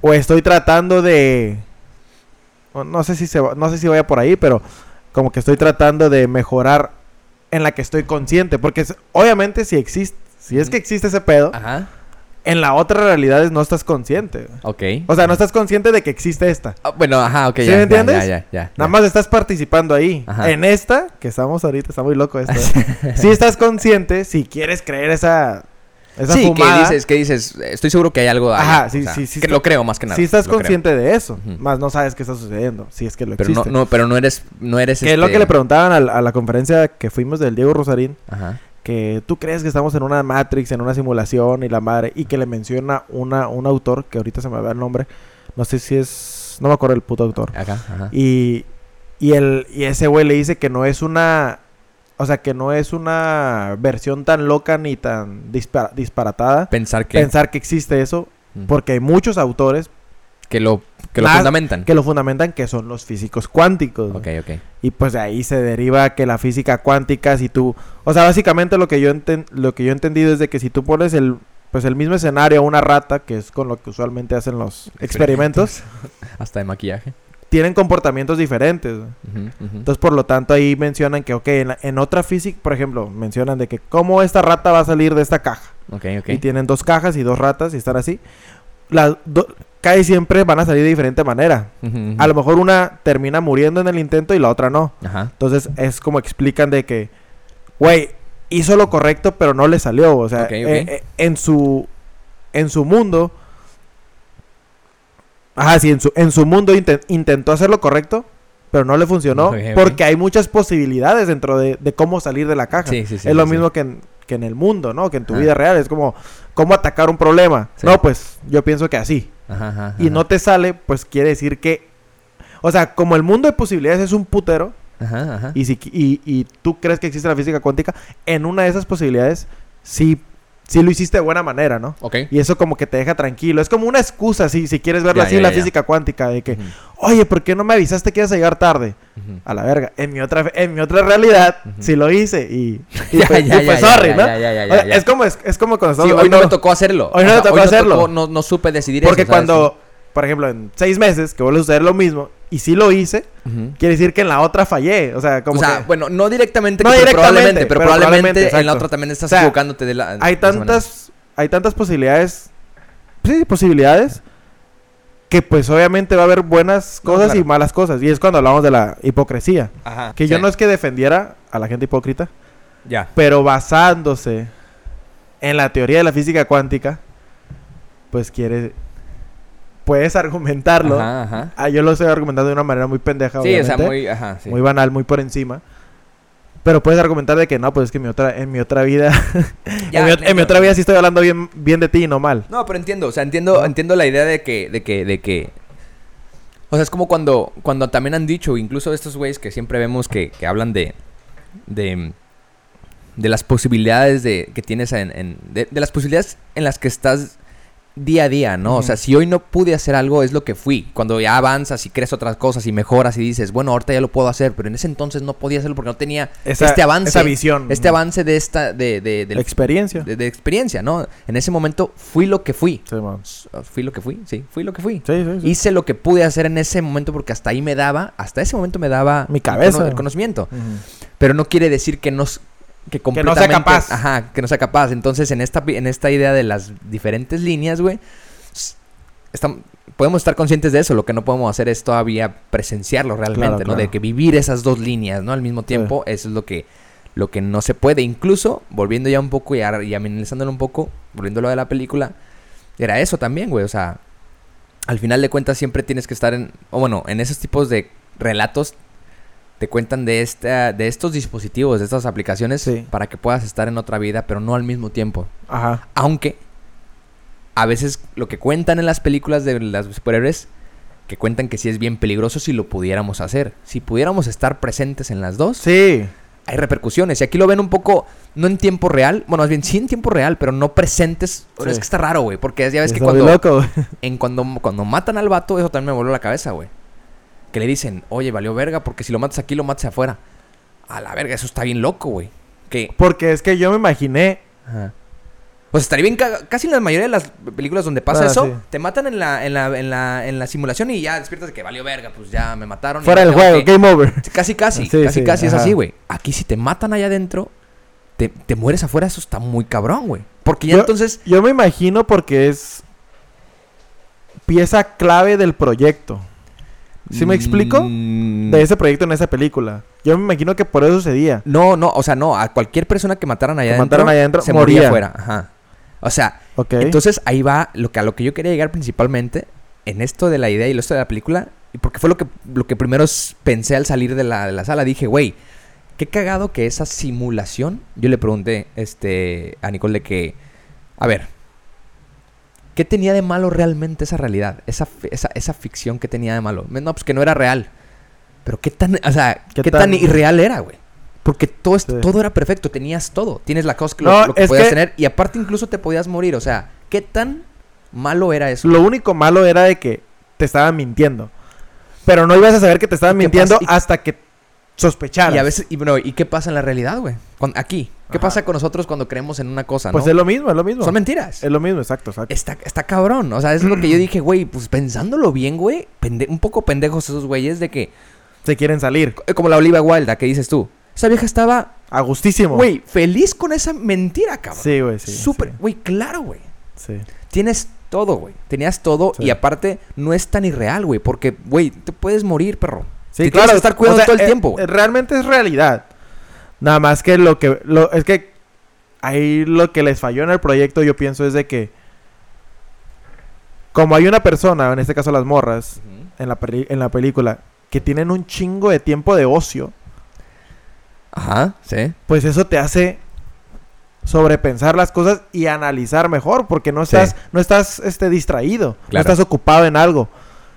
O estoy tratando de. o No sé si se va- no sé si vaya por ahí, pero como que estoy tratando de mejorar en la que estoy consciente. Porque es- obviamente si existe, si es que existe ese pedo, Ajá. en la otra realidad no estás consciente. Ok. O sea, no estás consciente de que existe esta. Ah, bueno, ajá, ok, ¿Sí ya, me ya, entiendes? Ya, ya, ya, Nada ya. más estás participando ahí. Ajá. En esta, que estamos ahorita, está muy loco esto. ¿eh? sí estás consciente, si quieres creer esa, esa sí, que fumada. dices, que dices, eh, estoy seguro que hay algo. ahí, Ajá, o sí, sea, sí, sí Que está- lo creo más que nada. si estás lo creo. consciente de eso, Ujú. más no sabes qué está sucediendo, si es que lo Pero no, existe. no, pero no eres, no eres que es lo este- que le preguntaban al- a, la conferencia que fuimos del Diego Rosarín, Ajá. que tú crees que estamos en una Matrix, en una simulación y la madre, y que le menciona una, un autor, que ahorita se me va el nombre, no sé si es, no me acuerdo el puto autor. Ajá, ajá. Y, y, el, y ese güey le dice que no es una. O sea, que no es una versión tan loca ni tan dispara- disparatada Pensar que, pensar que existe eso, Mm. porque hay muchos autores que lo, que lo Nada- fundamentan. que lo fundamentan que son los físicos cuánticos. ¿no? Ok, ok. Y pues de ahí se deriva que la física cuántica, si tú. O sea, básicamente lo que yo, enten- lo que yo he entendido es de que si tú pones el. Pues el mismo escenario a una rata, que es con lo que usualmente hacen los experimentos, Hasta de maquillaje. tienen comportamientos diferentes. ¿no? Ujú, ujú. Entonces, por lo tanto, ahí mencionan que, ok, en, la- en otra física, por ejemplo, mencionan de que cómo esta rata va a salir de esta caja. Ok, ok. Y tienen dos cajas y dos ratas y están así. Las do- casi siempre van a salir de diferente manera. Ujú, ujú. A lo mejor una termina muriendo en el intento y la otra no. Ajá. Entonces, es como explican de que, güey, hizo lo correcto, pero no le salió. O sea, Ok, ok. eh, eh, en su en su mundo... Ajá, sí, en su, en su mundo inten- intentó hacer lo correcto, pero no le funcionó Ok, ok. porque hay muchas posibilidades dentro de, de cómo salir de la caja. Sí, sí, sí, es lo sí, mismo que en, que en el mundo, ¿no? Que en tu Ajá. vida real. Es como, ¿cómo atacar un problema? Sí. No, pues yo pienso que así Ajá, ajá, y ajá. no te sale, pues quiere decir que. O sea, como el mundo de posibilidades es un putero, Ajá, ajá. y, si, qui- y, y tú crees que existe la física cuántica, en una de esas posibilidades sí, sí lo hiciste de buena manera, ¿no? Ok. Y eso como que te deja tranquilo. Es como una excusa, si, si quieres verla Ya, así, ya, la ya. física cuántica, de que, Ah, Ujú, oye, ¿por qué no me avisaste que ibas a llegar tarde? ujú. A la verga. En mi otra, en mi otra realidad, Ujú. sí lo hice. Y, y Ya, pues, ya, y pues, ya, sorry, ya, ¿no? ya, ya, ya, O sea, ya. Es, como, es, es como cuando estamos Sí, hoy no me jugando- tocó hacerlo. hoy no me Ajá, tocó hacerlo. tocó- no, no supe decidir Porque eso, ¿sabes? cuando, por ejemplo, en seis meses que vuelve a suceder lo mismo y sí lo hice, Ujú. quiere decir que en la otra fallé. O sea, como o sea, que bueno, no directamente, No que- pero directamente, probablemente, pero pero probablemente, probablemente, en la exacto. otra también estás O sea, equivocándote de la. hay de esa manera. tantas, hay tantas posibilidades, sí, posibilidades que pues obviamente va a haber buenas No, cosas y claro. malas cosas. Y es cuando hablamos de la hipocresía. Ajá, Que sí. yo no es que defendiera a la gente hipócrita, Ya. pero basándose en la teoría de la física cuántica, pues quiere, puedes argumentarlo. Ajá, ajá. Ah, yo lo estoy argumentando de una manera muy pendeja. Sí, o sea, obviamente. muy. Ajá, sí. muy banal, muy por encima. Pero puedes argumentar de que no, pues es que en mi otra, en mi otra vida, Ya, en, mi, ot- en mi otra claro. vida sí estoy hablando bien, bien de ti y no mal. No, pero entiendo, o sea, entiendo, ¿No? entiendo la idea de que, de que, de que. O sea, es como cuando, cuando también han dicho, incluso estos güeyes que siempre vemos que, que hablan de. de. de las posibilidades de, que tienes en. en- de, de las posibilidades en las que estás día a día, ¿no? O sea, Ujú. si hoy no pude hacer algo, es lo que fui. Cuando ya avanzas y crees otras cosas y mejoras y dices, bueno, ahorita ya lo puedo hacer, pero en ese entonces no podía hacerlo porque no tenía Esa- este avance. esa visión. Este avance de esta. de, de, del- Experiencia. de- de experiencia, ¿no? En ese momento fui lo que fui. Sí, man. S- Fui lo que fui, sí, fui lo que fui. Sí, sí, sí. Hice lo que pude hacer en ese momento porque hasta ahí me daba, hasta ese momento me daba Mi el cono- cabeza. el, conocimiento. Ujú. Pero no quiere decir que no s- que no completamente, sea capaz. Ajá, que no sea capaz. Entonces, en esta pi- en esta idea de las diferentes líneas, güey, estam- podemos estar conscientes de eso. Lo que no podemos hacer es todavía presenciarlo realmente, Claro, ¿no? claro. De que vivir esas dos líneas, ¿no? Al mismo tiempo, eso es lo que, lo que no se puede. Incluso, volviendo ya un poco y, ar- y amenizándolo un poco, volviendo a lo de la película, era eso también, güey. O sea, al final de cuentas siempre tienes que estar en... O bueno, en esos tipos de relatos te cuentan de, esta, de estos dispositivos, de estas aplicaciones, Sí. para que puedas estar en otra vida, pero no al mismo tiempo. Ajá. Aunque a veces lo que cuentan en las películas de las superhéroes, que cuentan que sí es bien peligroso si lo pudiéramos hacer. Si pudiéramos estar presentes en las dos, Sí. hay repercusiones. Y aquí lo ven un poco, no en tiempo real, bueno, más bien sí en tiempo real, pero no presentes. Ahora, Sí. Es que está raro, güey, porque ya ves que Está muy cuando, loco, güey. en cuando, cuando matan al vato, eso también me voló la cabeza, güey. Que le dicen, oye, valió verga, porque si lo matas aquí, lo matas afuera. A la verga, eso está bien loco, güey. Que Porque es que yo me imaginé. Ajá. Pues estaría bien caga- casi en la mayoría de las películas donde pasa Ah, eso, sí. te matan en la, en la, en la, en la simulación y ya despiertas de que valió verga, pues ya me mataron. y Fuera ya del tengo juego, que- game over. Casi, casi, Sí, casi, sí, casi es ajá. así, güey. Aquí si te matan allá adentro, te, te mueres afuera, eso está muy cabrón, güey. Porque ya Yo- entonces... Yo me imagino porque es pieza clave del proyecto. ¿Sí me explico? Mm, De ese proyecto en esa película. Yo me imagino que por eso sucedía. No, no, o sea, no, a cualquier persona que mataran allá Que adentro, mataran allá adentro, se moría moría. afuera. Ajá. O sea, Ok. Entonces ahí va lo que a lo que yo quería llegar principalmente en esto de la idea y lo esto de la película, y porque fue lo que, lo que primero s- pensé al salir de la, de la sala. Dije, güey, qué cagado que esa simulación. Yo le pregunté este, a Nicole de que, a ver, ¿qué tenía de malo realmente esa realidad? Esa, fi- esa, esa ficción que tenía de malo. Me- No, pues que no era real. Pero qué tan, o sea, qué, ¿Qué tan... tan- irreal era, güey. Porque todo, es- Sí. todo era perfecto, tenías todo. Tienes la cosa que, lo, No, lo que es podías que- tener y aparte incluso te podías morir. O sea, ¿qué tan malo era eso? Lo único malo era de que te estaban mintiendo. Pero no ibas a saber que te estaban ¿Y qué mintiendo pasa? ¿Y- hasta que sospecharas. y a veces, y bueno, ¿y qué pasa en la realidad, güey? Cuan- aquí. ¿Qué Ajá. pasa con nosotros cuando creemos en una cosa, Pues no? es lo mismo, es lo mismo. Son mentiras. Es lo mismo, exacto, exacto. Está, está cabrón. O sea, es lo que yo dije, güey, pues pensándolo bien, güey, pende- un poco pendejos esos güeyes de que, Se quieren salir. eh, como la Oliva Wilda, que dices tú, esa vieja estaba, A gustísimo. güey, feliz con esa mentira, cabrón. Sí, güey, Oh. sí. Súper, güey, claro, güey. Sí. sí. Tienes todo, güey. Tenías todo Sí. y aparte no es tan irreal, güey. Porque, güey, te puedes morir, perro. Sí, Te tienes claro. que estar cuidando o sea, todo el eh, tiempo, güey. eh, Realmente es realidad. Nada más que lo que... Lo, es que ahí lo que les falló en el proyecto yo pienso es de que... Como hay una persona, en este caso las morras, en la, peli- en la película, que tienen un chingo de tiempo de ocio, Ajá, sí. pues eso te hace sobrepensar las cosas y analizar mejor, porque no Sí. estás, no estás este, distraído, no Claro. estás ocupado en algo.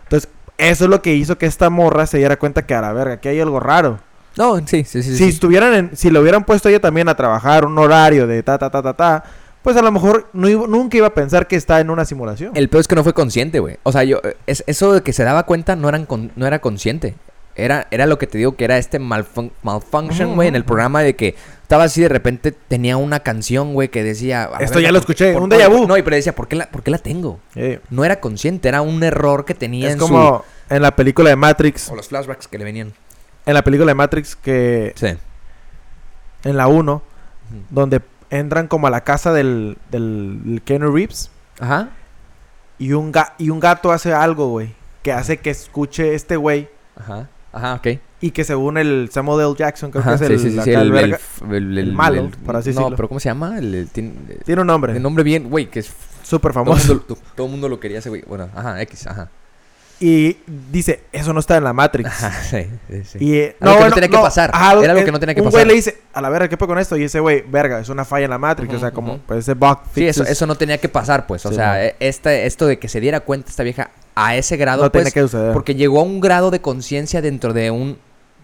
Entonces, eso es lo que hizo que esta morra se diera cuenta que a la verga, aquí hay algo raro. No, sí, sí, sí. si sí. estuvieran en- si lo hubieran puesto ella también a trabajar un horario de ta ta ta ta ta, pues a lo mejor no iba- nunca iba a pensar que está en una simulación. El peor es que no fue consciente, güey. O sea, yo, eh, es- eso de que se daba cuenta no, eran con- no era consciente. Era, era lo que te digo que era este malfun- malfunction, Ujú, güey, en el ujú. programa de que estaba así de repente tenía una canción, güey, que decía. a Esto ver, ya lo escuché, por- un déjà vu. No, y pero decía, ¿por qué la, por qué la tengo? Eh, No era consciente, era un error que tenía es en como en la película de Matrix, su. O los flashbacks que le venían. en la película de Matrix que Sí. en la 1 Ujú. donde entran como a la casa del, del, del Keanu Reeves Ajá. y un, ga- y un gato hace algo, güey, que hace que escuche este güey Ajá. Ajá, ok. y que según el Samuel L. Jackson, creo Ajá, que es el, sí, sí, sí, acá sí, el el, el, verga, f- el- el el- malo, el- por así No, decirlo. pero ¿cómo se llama? El, el- tiene- tiene un nombre el nombre bien, güey, que es súper todo el famoso. mundo, to- todo el mundo lo quería ese güey. Bueno, ajá, X, ajá. Y dice, eso no está en la Matrix. Ajá, sí, sí, sí. Y, eh, Algo que no tenía que pasar. algo- Era algo eh, que no tenía que un pasar. güey le dice, a la verga, ¿qué pedo con esto? Y ese güey, verga, es una falla en la Matrix. Ujú, o sea, como ujú. pues, ese bug Sí, eso, fixes eso no tenía que pasar, pues. O Sí, sea, no. e- este, esto de que se diera cuenta esta vieja a ese grado, no pues, tiene que suceder. porque llegó a un grado de conciencia dentro de un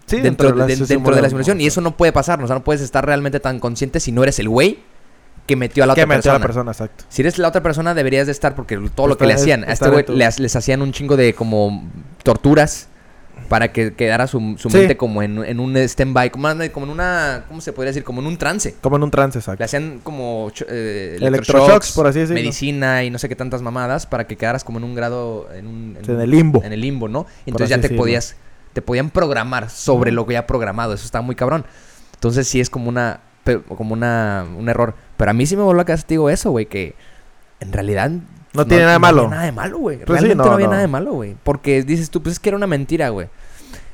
Sí, dentro, de, de- dentro de la simulación, simulación y eso no puede pasar, o sea, no puedes estar realmente tan consciente si no eres el güey que metió a la Que otra metió persona. a la persona, exacto. Si eres la otra persona deberías de estar porque todo lo que Estar- le hacían a este estar güey en tu- les, les hacían un chingo de como torturas para que quedara su, su Sí. mente como en, en un stand-by, como, como en una, ¿cómo se podría decir? Como en un trance. Como en un trance, exacto. Le hacían como cho- eh, Electroshocks, electroshocks, por así decirlo. medicina y no sé qué tantas mamadas para que quedaras como en un grado en, un, O sea, en el limbo. en el limbo, ¿no? Y entonces así ya te decirlo. podías te podían programar sobre lo que ya programado, eso está muy cabrón. Entonces sí es como una pe- como una un error, pero a mí sí me voló a casa digo eso, güey, que en realidad No tiene nada de malo. había nada de malo, güey. Pues sí, Realmente no, no, había no. nada de malo, güey. Porque dices tú, pues es que era una mentira, güey.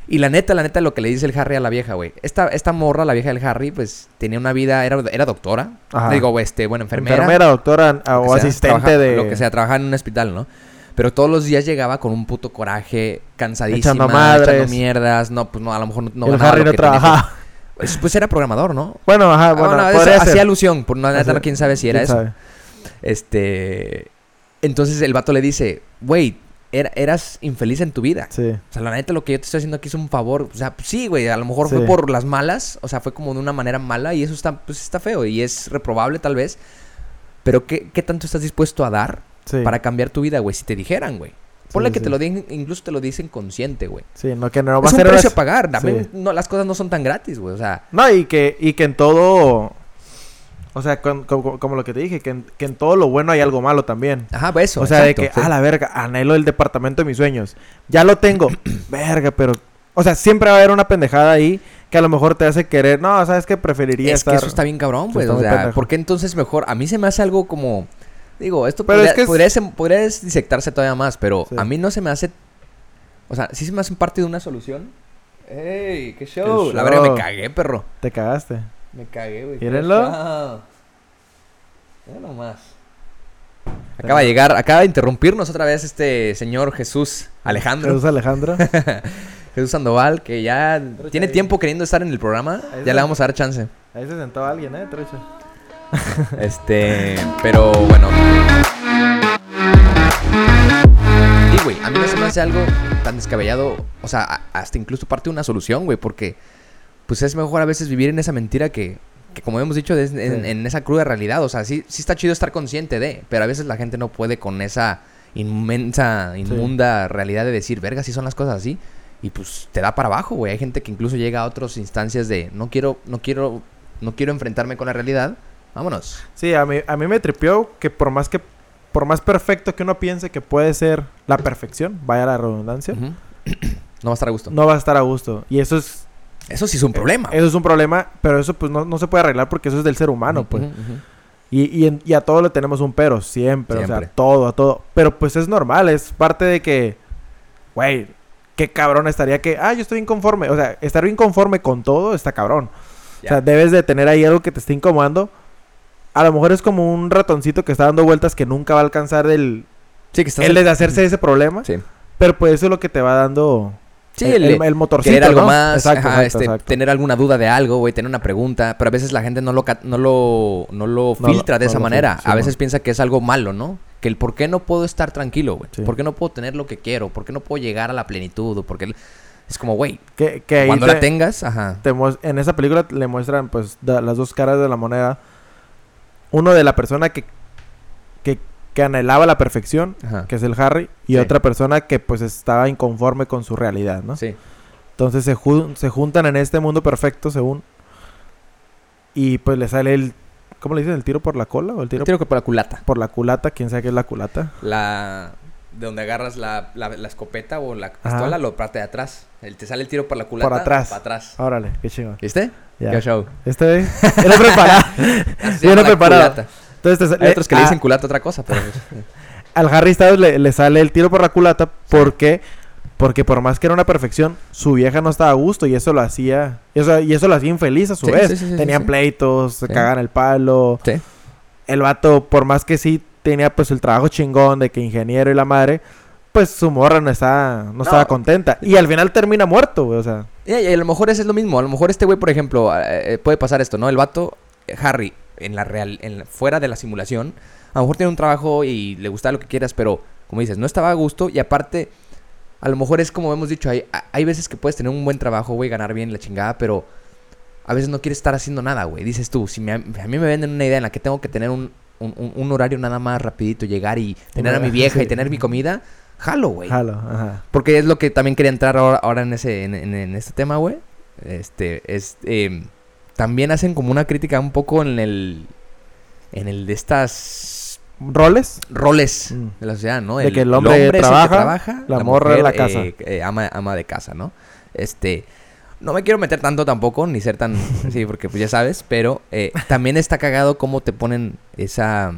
Y la neta, la neta, lo que le dice el Harry a la vieja, güey. Esta, esta morra, la vieja del Harry, pues tenía una vida, era, era doctora. Ajá. Digo, este, bueno, enfermera. doctora lo o que sea, asistente trabaja- de. Lo que sea, trabajaba en un hospital, ¿no? Pero todos los días llegaba con un puto coraje, cansadísima, Echando echando, madres. mierdas. No, pues no, a lo mejor no, no el ganaba Harry lo no que tenía que- trabajaba. Pues, pues era programador, ¿no? Bueno, Ah, ajá, bueno, bueno, eso podría ser. hacía alusión, por no, la neta, Hacía- no, quién sabe si era quién eso. sabe. Este. Entonces el vato le dice, güey, era- eras infeliz en tu vida. Sí. O sea, la neta, lo que yo te estoy haciendo aquí es un favor. O sea, pues, sí, güey, a lo mejor Sí. fue por las malas. O sea, fue como de una manera mala y eso está, pues, está feo y es reprobable tal vez. Pero ¿qué, qué tanto estás dispuesto a dar Sí. para cambiar tu vida, güey? Si te dijeran, güey. Ponle Sí, que sí. te lo den, incluso te lo dicen consciente, güey. Sí, no, que no va Es a un ser. precio las- a pagar. También Sí. no, las cosas no son tan gratis, güey. O sea, No, y que, y que en todo. O sea, con- co- co- como lo que te dije, que en, que en todo lo bueno hay algo malo también. ajá, pues, eso. o sea, exacto, de que, sí. a la verga, anhelo el departamento de mis sueños. Ya lo tengo. verga, pero. O sea, siempre va a haber una pendejada ahí que a lo mejor te hace querer. No, sabes que preferiría es estar. que eso está bien cabrón, sí, pues. está O muy sea, pendejo. ¿por qué entonces mejor? A mí se me hace algo como. Digo, esto Pero podría, es que es- podría desem- podría des- disectarse todavía más, pero Sí. a mí no se me hace. O sea, sí se me hace un parte de una solución. ¡Ey! ¡Qué show! ¡Qué La verdad, show! me cagué, perro. Te cagaste. Me cagué, güey. Mírenlo. Mira nomás. Acaba de llegar, acaba de interrumpirnos otra vez este señor Jesús Alejandro. Jesús Alejandro. Jesús Sandoval, que ya tiene ahí. tiempo queriendo estar en el programa. Ahí Ya está. le vamos a dar chance. Ahí se sentó alguien, ¿eh, trucha? Este, pero bueno. Y, güey, a mí no se me hace algo tan descabellado. O sea, a- hasta incluso parte de una solución, güey, porque pues es mejor a veces vivir en esa mentira que, que como hemos dicho, es en, Sí. en esa cruda realidad. O sea, sí, sí está chido estar consciente de, pero a veces la gente no puede con esa inmensa, inmunda realidad de decir, verga, si son las cosas así. Y pues te da para abajo, güey. Hay gente que incluso llega a otras instancias de no quiero, no quiero, no quiero enfrentarme con la realidad. Vámonos. Sí, a mí, a mí me tripió que por más que por más perfecto que uno piense que puede ser la perfección, vaya la redundancia, Ujú. No va a estar a gusto. no va a estar a gusto. Y Mm. eso es Eso sí es un problema. eso es un problema, pero eso pues no, no se puede arreglar porque eso es del ser humano, Ujú, pues. ujú, ujú. Y, y, en- y a todo le tenemos un pero, siempre, o Siempre. sea, a todo, a todo. Pero pues es normal, es parte de que, güey, qué cabrón estaría que, ah, yo estoy inconforme. O sea, estar inconforme con todo está cabrón. O sea, Ya. debes de tener ahí algo que te esté incomodando. A lo mejor es como un ratoncito que está dando vueltas que nunca va a alcanzar el, Sí, que estás. el deshacerse de ese problema. Sí. Pero pues eso es lo que te va dando Sí, el, el- el- el motorcito, querer algo ¿no? más, Exacto, ajá, exacto, este, exacto. tener alguna duda de algo, güey, tener una pregunta, pero a veces la gente no lo, ca- no lo, no lo No lo- filtra de no esa lo manera. filtra, sí, a veces man. piensa que es algo malo, ¿no? Que el por qué no puedo estar tranquilo, güey. Sí. ¿Por qué no puedo tener lo que quiero? ¿Por qué no puedo llegar a la plenitud? ¿O por qué... Es como, güey, Que, que ahí cuando te- la tengas, ajá. te mues- en esa película le muestran pues da- las dos caras de la moneda. Uno de la persona que, que, que anhelaba la perfección, Ajá. que es el Harry, y Sí. otra persona que pues estaba inconforme con su realidad, ¿no? Sí. Entonces se, jun- se juntan en este mundo perfecto, según. Y pues le sale el... ¿Cómo le dicen? ¿El tiro por la cola o el tiro Tiro que por la culata. por la culata? ¿Quién sabe qué es la culata? La... De donde agarras la, la- la escopeta o la pistola, lo parte de atrás. El, te sale el tiro por la culata. atrás. Para atrás. Órale, qué chingón. ¿Viste? Ya. Qué show. Este era preparado. Así se Yo llama no la preparado. culata. Entonces te sale- Hay otros que le ah, dicen culata a otra cosa, pero... al Harry Styles le, le sale el tiro por la culata porque porque por más que era una perfección, su vieja no estaba a gusto y eso lo hacía y eso, y eso lo hacía infeliz a su Sí, vez. sí, sí, sí, Tenían sí. pleitos, se Sí. cagaban el palo. Sí. El vato por más que sí tenía pues el trabajo chingón de que ingeniero y la madre pues su morra no estaba, no, estaba contenta. Y al final termina muerto, güey. O sea, Y a Eh, y a lo mejor ese es lo mismo. A lo mejor este güey, por ejemplo, eh, eh, puede pasar esto, ¿no? El vato, eh, Harry, en la real, en la- fuera de la simulación, a lo mejor tiene un trabajo y le gusta lo que quieras, pero como dices, no estaba a gusto y aparte, a lo mejor es como hemos dicho, hay, a- hay veces que puedes tener un buen trabajo, güey, ganar bien la chingada, pero a veces no quieres estar haciendo nada, güey. Dices tú, si me- a mí me venden una idea en la que tengo que tener un, un- un- un horario nada más rapidito, llegar y tener a mi vieja y Sí. tener mi comida, jalo, güey. jalo, ajá. Porque es lo que también quería entrar ahora, ahora en, ese, en, en- en este tema, güey. Este, es, eh, también hacen como una crítica un poco en el, en el de estas ¿Roles? roles Mm. de la sociedad, ¿no? De que el hombre es el que trabaja, la morra en la casa. eh, eh, ama, ama de casa, ¿no? Este, no me quiero meter tanto tampoco, ni ser tan, sí, porque pues ya sabes, pero eh, también está cagado cómo te ponen esa,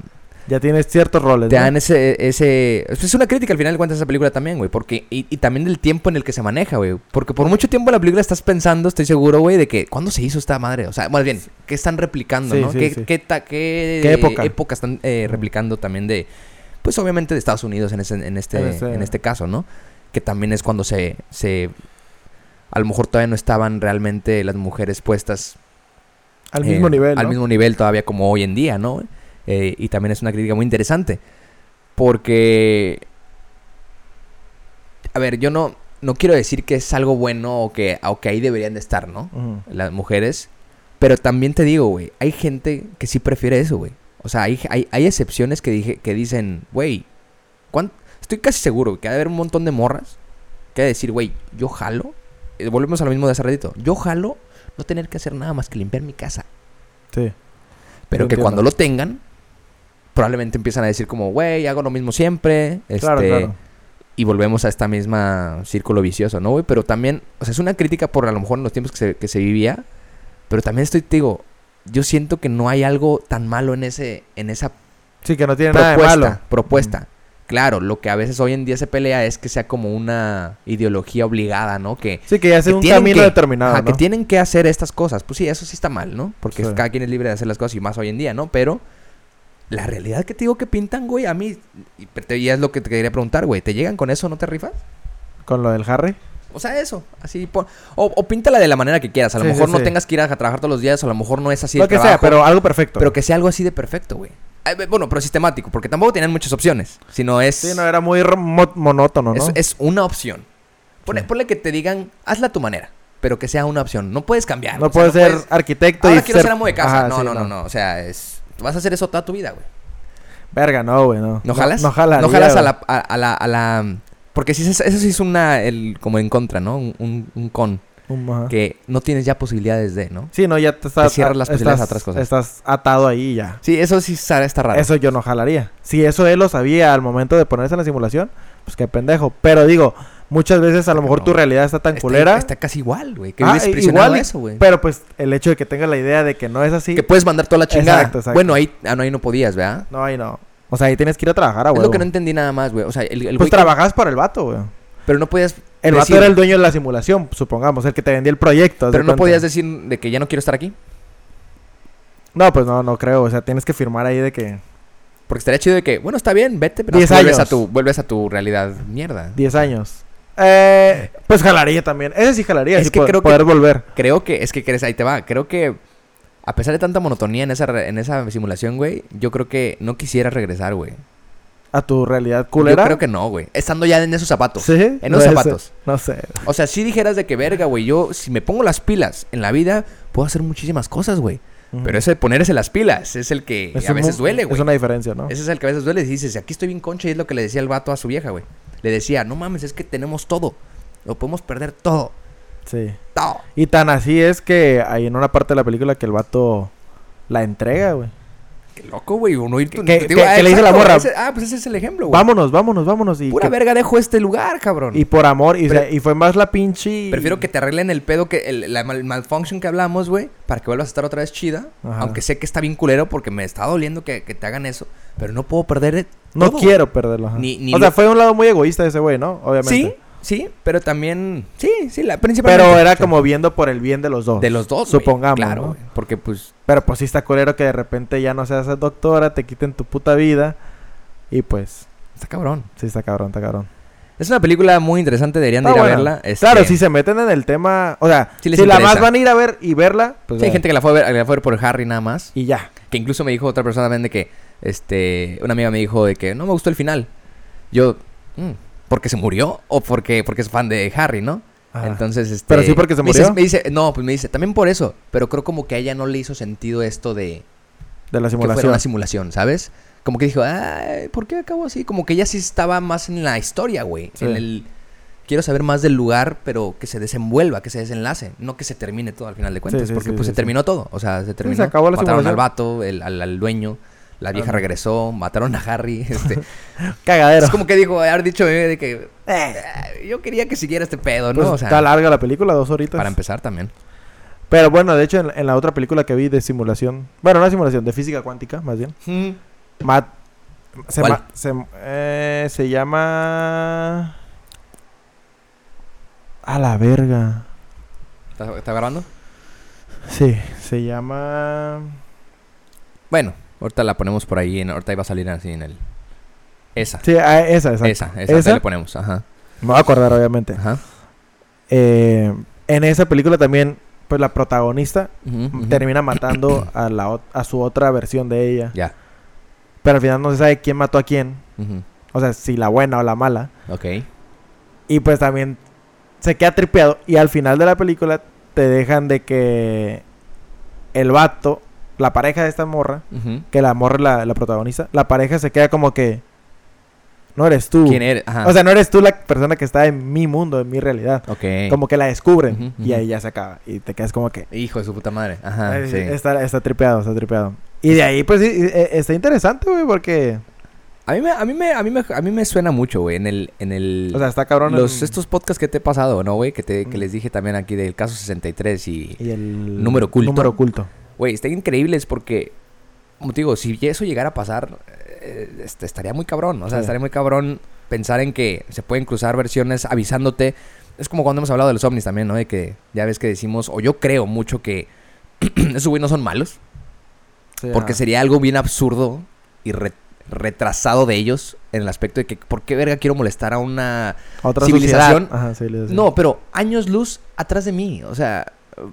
Ya tienes ciertos roles. Te ¿no? dan ese, ese... Es una crítica al final de cuentas esa película también, güey. Porque... Y, y también del tiempo en el que se maneja, güey. Porque por mucho tiempo la película estás pensando, estoy seguro, güey, de que... ¿Cuándo se hizo esta madre? O sea, más bien, ¿qué están replicando, Sí, no? sí, ¿Qué, sí. qué ta- qué ¿Qué época? están eh, replicando también de... Pues obviamente de Estados Unidos en, ese- en este, En ese- en este caso, ¿no? Que también es cuando se... se a lo mejor todavía no estaban realmente las mujeres puestas Al eh, mismo nivel. Al ¿no? mismo nivel todavía como hoy en día, ¿no? Eh, y también es una crítica muy interesante. Porque... A ver, yo no, no quiero decir que es algo bueno o que, o que ahí deberían de estar, ¿no? Ujú. Las mujeres. Pero también te digo, güey, hay gente que sí prefiere eso, güey. O sea, hay, hay, hay excepciones que, dije, que dicen, güey, ¿cuán- estoy casi seguro que ha de haber un montón de morras que ha de decir, güey, yo jalo. Eh, volvemos a lo mismo de hace ratito. Yo jalo no tener que hacer nada más que limpiar mi casa. Sí. Pero Lo que entiendo. cuando lo tengan, probablemente empiezan a decir como, güey, hago lo mismo siempre. Claro, este, claro. Y volvemos a esta misma círculo vicioso, ¿no, güey? Pero también, o sea, es una crítica por a lo mejor en los tiempos que se, que se vivía. Pero también estoy, te digo, yo siento que no hay algo tan malo en, ese, en esa Sí, que no tiene nada de propuesta. malo. propuesta. Claro, lo que a veces hoy en día se pelea es que sea como una ideología obligada, ¿no? Que Sí, que ya es que un tienen camino que- determinado. ajá, que ¿no? tienen que hacer estas cosas. Pues sí, eso sí está mal, ¿no? Porque Sí. cada quien es libre de hacer las cosas y más hoy en día, ¿no? Pero la realidad que te digo que pintan, güey, a mí, y, te- y es lo que te quería preguntar, güey, ¿te llegan con eso, no te rifas? Con lo del Harry. O sea, eso, así, pon- o, o píntala de la manera que quieras. A lo Sí, sí, mejor no sí. tengas que ir a trabajar todos los días, o a lo mejor no es así lo el que sea, trabajo, pero algo perfecto. pero que sea algo así de perfecto, güey. Ah, be- Bueno, pero sistemático, porque tampoco tenían muchas opciones, sino es... Sí, no, era muy ro- mo- monótono, ¿no? Es, es una opción. Pone- Sí. Ponle que te digan, hazla a tu manera, pero que sea una opción. No puedes cambiar. no o sea, puedes ser puedes- arquitecto Ahora y quiero ser amo de casa. Ajá, no, sí, no, no, no. O sea, es... Vas a hacer eso toda tu vida, güey. Verga, no, güey, no. ¿No jalas? No, jalaría, No jalas a güey. la... A, a la, a la- Porque sí, es- eso sí es una... El, como en contra, ¿no? Un, un- un con. Um, ajá. Que no tienes ya posibilidades de, ¿no? Sí, no, ya te estás... Te cierras las posibilidades a estás- otras cosas. Estás atado ahí ya. Sí, eso sí sa- está raro. Eso yo no jalaría. Si eso él lo sabía al momento de ponerse en la simulación, pues qué pendejo. Pero digo, muchas veces a lo mejor no, tu realidad está tan Está- culera. Está, casi igual, güey. Que Ah, vives i- prisionado igual a y- eso, güey. Pero pues el hecho de que tengas la idea de que no es así. Que puedes mandar toda la chingada. Exacto, exacto. Bueno, ahí, ah, no, ahí no podías, ¿verdad? No, ahí no. O sea, ahí tienes que ir a trabajar, es güey. lo que no entendí nada más, güey. O sea, el, el güey Pues que- trabajas por el vato, güey. Pero no podías... El vato decir- era el dueño de la simulación, supongamos, el que te vendía el proyecto. haz de Pero no cuenta. podías decir de que ya no quiero estar aquí. No, pues no, no creo. O sea, tienes que firmar ahí de que Porque estaría chido de que, bueno, está bien, vete, pero Diez vuelves a años. tu vuelves a tu realidad mierda. 10 años. Eh, pues jalaría también. Ese sí jalaría, Es sí, que po- creo que- poder volver. Creo que es que crees ahí te va, creo que a pesar de tanta monotonía en esa re- en esa simulación, güey, yo creo que no quisiera regresar, güey. A tu realidad Yo culera. creo que no, güey. Estando ya en esos zapatos. Sí. En los no sé, zapatos. No sé. O sea, si dijeras de que verga, güey, yo si me pongo las pilas en la vida puedo hacer muchísimas cosas, güey. Pero ese de ponerse las pilas es el que Es a un veces mu- duele, güey. Es una diferencia, ¿no? Ese es el que a veces duele. Y dices, aquí estoy bien concha. Y es lo que le decía el vato a su vieja, güey. Le decía, no mames, es que tenemos todo. Lo podemos perder todo. Sí. Todo. Y tan así es que hay en una parte de la película que el vato la entrega, güey. Qué loco, güey. Uno ir... Que- que- que le dice la exacto, morra. ese- ah, pues ese es el ejemplo, güey. Vámonos, vámonos, vámonos. Y, Pura que- verga dejo este lugar, cabrón. y por amor, y, o Pre- sea, y fue más la pinche. Prefiero que te arreglen el pedo, que el, la mal- malfunction que hablamos, güey. Para que vuelvas a estar otra vez chida. Ajá. Aunque sé que está bien culero porque me está doliendo que, que te hagan eso. Pero no puedo perder eh, No todo, quiero perderlo. ajá. Ni- ni o sea, lo- fue un lado muy egoísta ese güey, ¿no? güey. Obviamente. Sí, sí. Pero también... Sí, sí. La, principalmente. Pero era como viendo por el bien de los dos. De los dos, güey. Supongamos. Claro, ¿no? güey, Porque, pues... Pero pues sí está culero que de repente ya no seas doctora, te quiten tu puta vida. Y pues, Está cabrón. sí está cabrón, está cabrón. Es una película muy interesante, deberían de ir Está a buena. verla. este, Ah, Claro, si se meten en el tema, o sea, Sí les si la interesa. más van a ir a ver y verla, pues sí, hay vean. gente que la fue a ver, que la fue a ver por Harry nada más. y ya. Que incluso me dijo otra persona también de que, este, una amiga me dijo de que no me gustó el final. Yo, mm, ¿porque se murió o porque, porque es fan de Harry, no? Ajá. Entonces, este. Ah. Pero sí porque se me dice- murió. me dice, no, pues me dice, también por eso. Pero creo como que a ella no le hizo sentido esto de de la que fuera simulación. una simulación, ¿sabes? Como que dijo, "Ay, ¿por qué acabó así? Como que ella sí estaba más en la historia, güey. Sí. En el. Quiero saber más del lugar, pero que se desenvuelva, que se desenlace. No que se termine todo al final de cuentas. Sí, sí, porque sí, pues se sí, sí. terminó todo. O sea, se terminó. acabó la mataron al simulación. Ah. vato, el- al, al dueño. La vieja Ajá. regresó, mataron a Harry. Este. Cagadero. Es como que dijo, haber dicho eh, de que Eh, "Ah, yo quería que siguiera este pedo, ¿no? pues, o sea, está larga la pues. película, dos horitas. para empezar también. Pero bueno, de hecho, en, en la otra película que vi de simulación, bueno, no de simulación, de física cuántica, más bien, Mm. mat- Se, ¿Cuál? ma- se, eh, se llama... A la verga. ¿Estás estás grabando? Sí, se llama... Bueno, ahorita la ponemos por ahí. en- ahorita iba a salir así en el. Esa. Sí, ah, esa, esa. Esa, esa, ¿Esa? le ponemos. Ajá. Me voy a acordar, obviamente. Ajá. Eh, en esa película también, pues la protagonista Ujú, ujú. termina matando a, la, ot- a su otra versión de ella. Ya. Pero al final no se sabe quién mató a quién. Ujú. O sea, si la buena o la mala. Ok. Y pues también se queda tripeado. Y al final de la película te dejan de que el vato, la pareja de esta morra, Ujú. que la morra es la, la protagonista, la pareja se queda como que... No eres tú. ¿Quién eres? Ajá. O sea, no eres tú la persona que está en mi mundo, en mi realidad. ok. Como que la descubren Ujú, ujú. y ahí ya se acaba. Y te quedas como que... Hijo de su puta madre. Ajá. "Ay, sí. está, está tripeado, está tripeado. Y de ahí, pues, sí, eh, eh, está interesante, güey, porque... A mí me, a mí me, a mí me, a mí me suena mucho, güey. En el, en el. O sea, está cabrón. los, el- estos podcasts que te he pasado, ¿no, güey? Que te, que Mm. les dije también aquí del caso 63 y. Y el... Número oculto. Número oculto. Güey, están increíbles porque, como te digo, si eso llegara a pasar, eh, este, estaría muy cabrón. O sea, Sí. estaría muy cabrón pensar en que se pueden cruzar versiones avisándote. Es como cuando hemos hablado de los ovnis también, ¿no? De que ya ves que decimos, o yo creo mucho que esos güey no son malos, Sí, porque ajá. sería algo bien absurdo y re- retrasado de ellos en el aspecto de que, ¿por qué verga quiero molestar a una Otra civilización- sociedad. Ajá, civilización. No, pero años luz atrás de mí. O sea,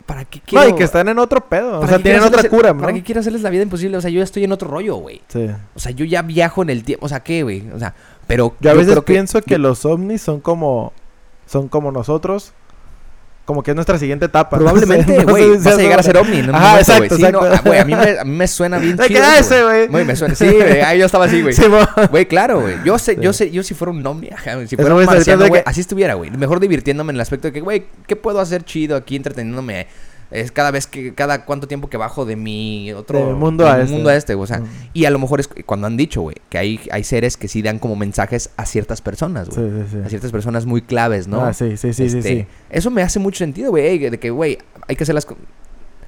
¿para qué No, quiero...? y que están en otro pedo. O ¿para sea, qué quiero tienen otra hacerles- cura, ¿no? ¿Para qué quiero hacerles la vida imposible? O sea, yo ya estoy en otro rollo, güey. Sí. O sea, yo ya viajo en el tiempo. O sea, ¿qué, güey? O sea, pero... Yo a veces creo pienso que yo- los ovnis son como... Son como nosotros. Como que es nuestra siguiente etapa. Probablemente, güey, No sé si vas es a llegar a ser otra. ovni. En un Ajá, momento, güey. exacto, Sí, no, exacto. ah, güey, a, mí me, a mí me suena bien Te chido. queda ese, eso, güey. Güey, me suena. Sí, güey. ahí yo estaba así, güey. Sí, mo- Güey, claro, güey. Yo sé, Sí. yo sé, yo si fuera un ovni, ajá, güey, si Ese fuera un güey está marciano, diciendo güey, que- así estuviera, güey. Mejor divirtiéndome en el aspecto de que, güey, ¿qué puedo hacer chido aquí entreteniéndome? Es cada vez que, cada cuánto tiempo que bajo de mi otro De mi mundo de a mi este. mundo a este, güey, o sea. Mm. Y a lo mejor es cuando han dicho, güey, que hay, hay seres que sí dan como mensajes a ciertas personas, güey. Sí, sí, A sí. ciertas personas muy claves, ¿no? Ah, sí, sí, sí, sí, Este, sí. Eso me hace mucho sentido, güey, de que, güey, hay que hacer las... co-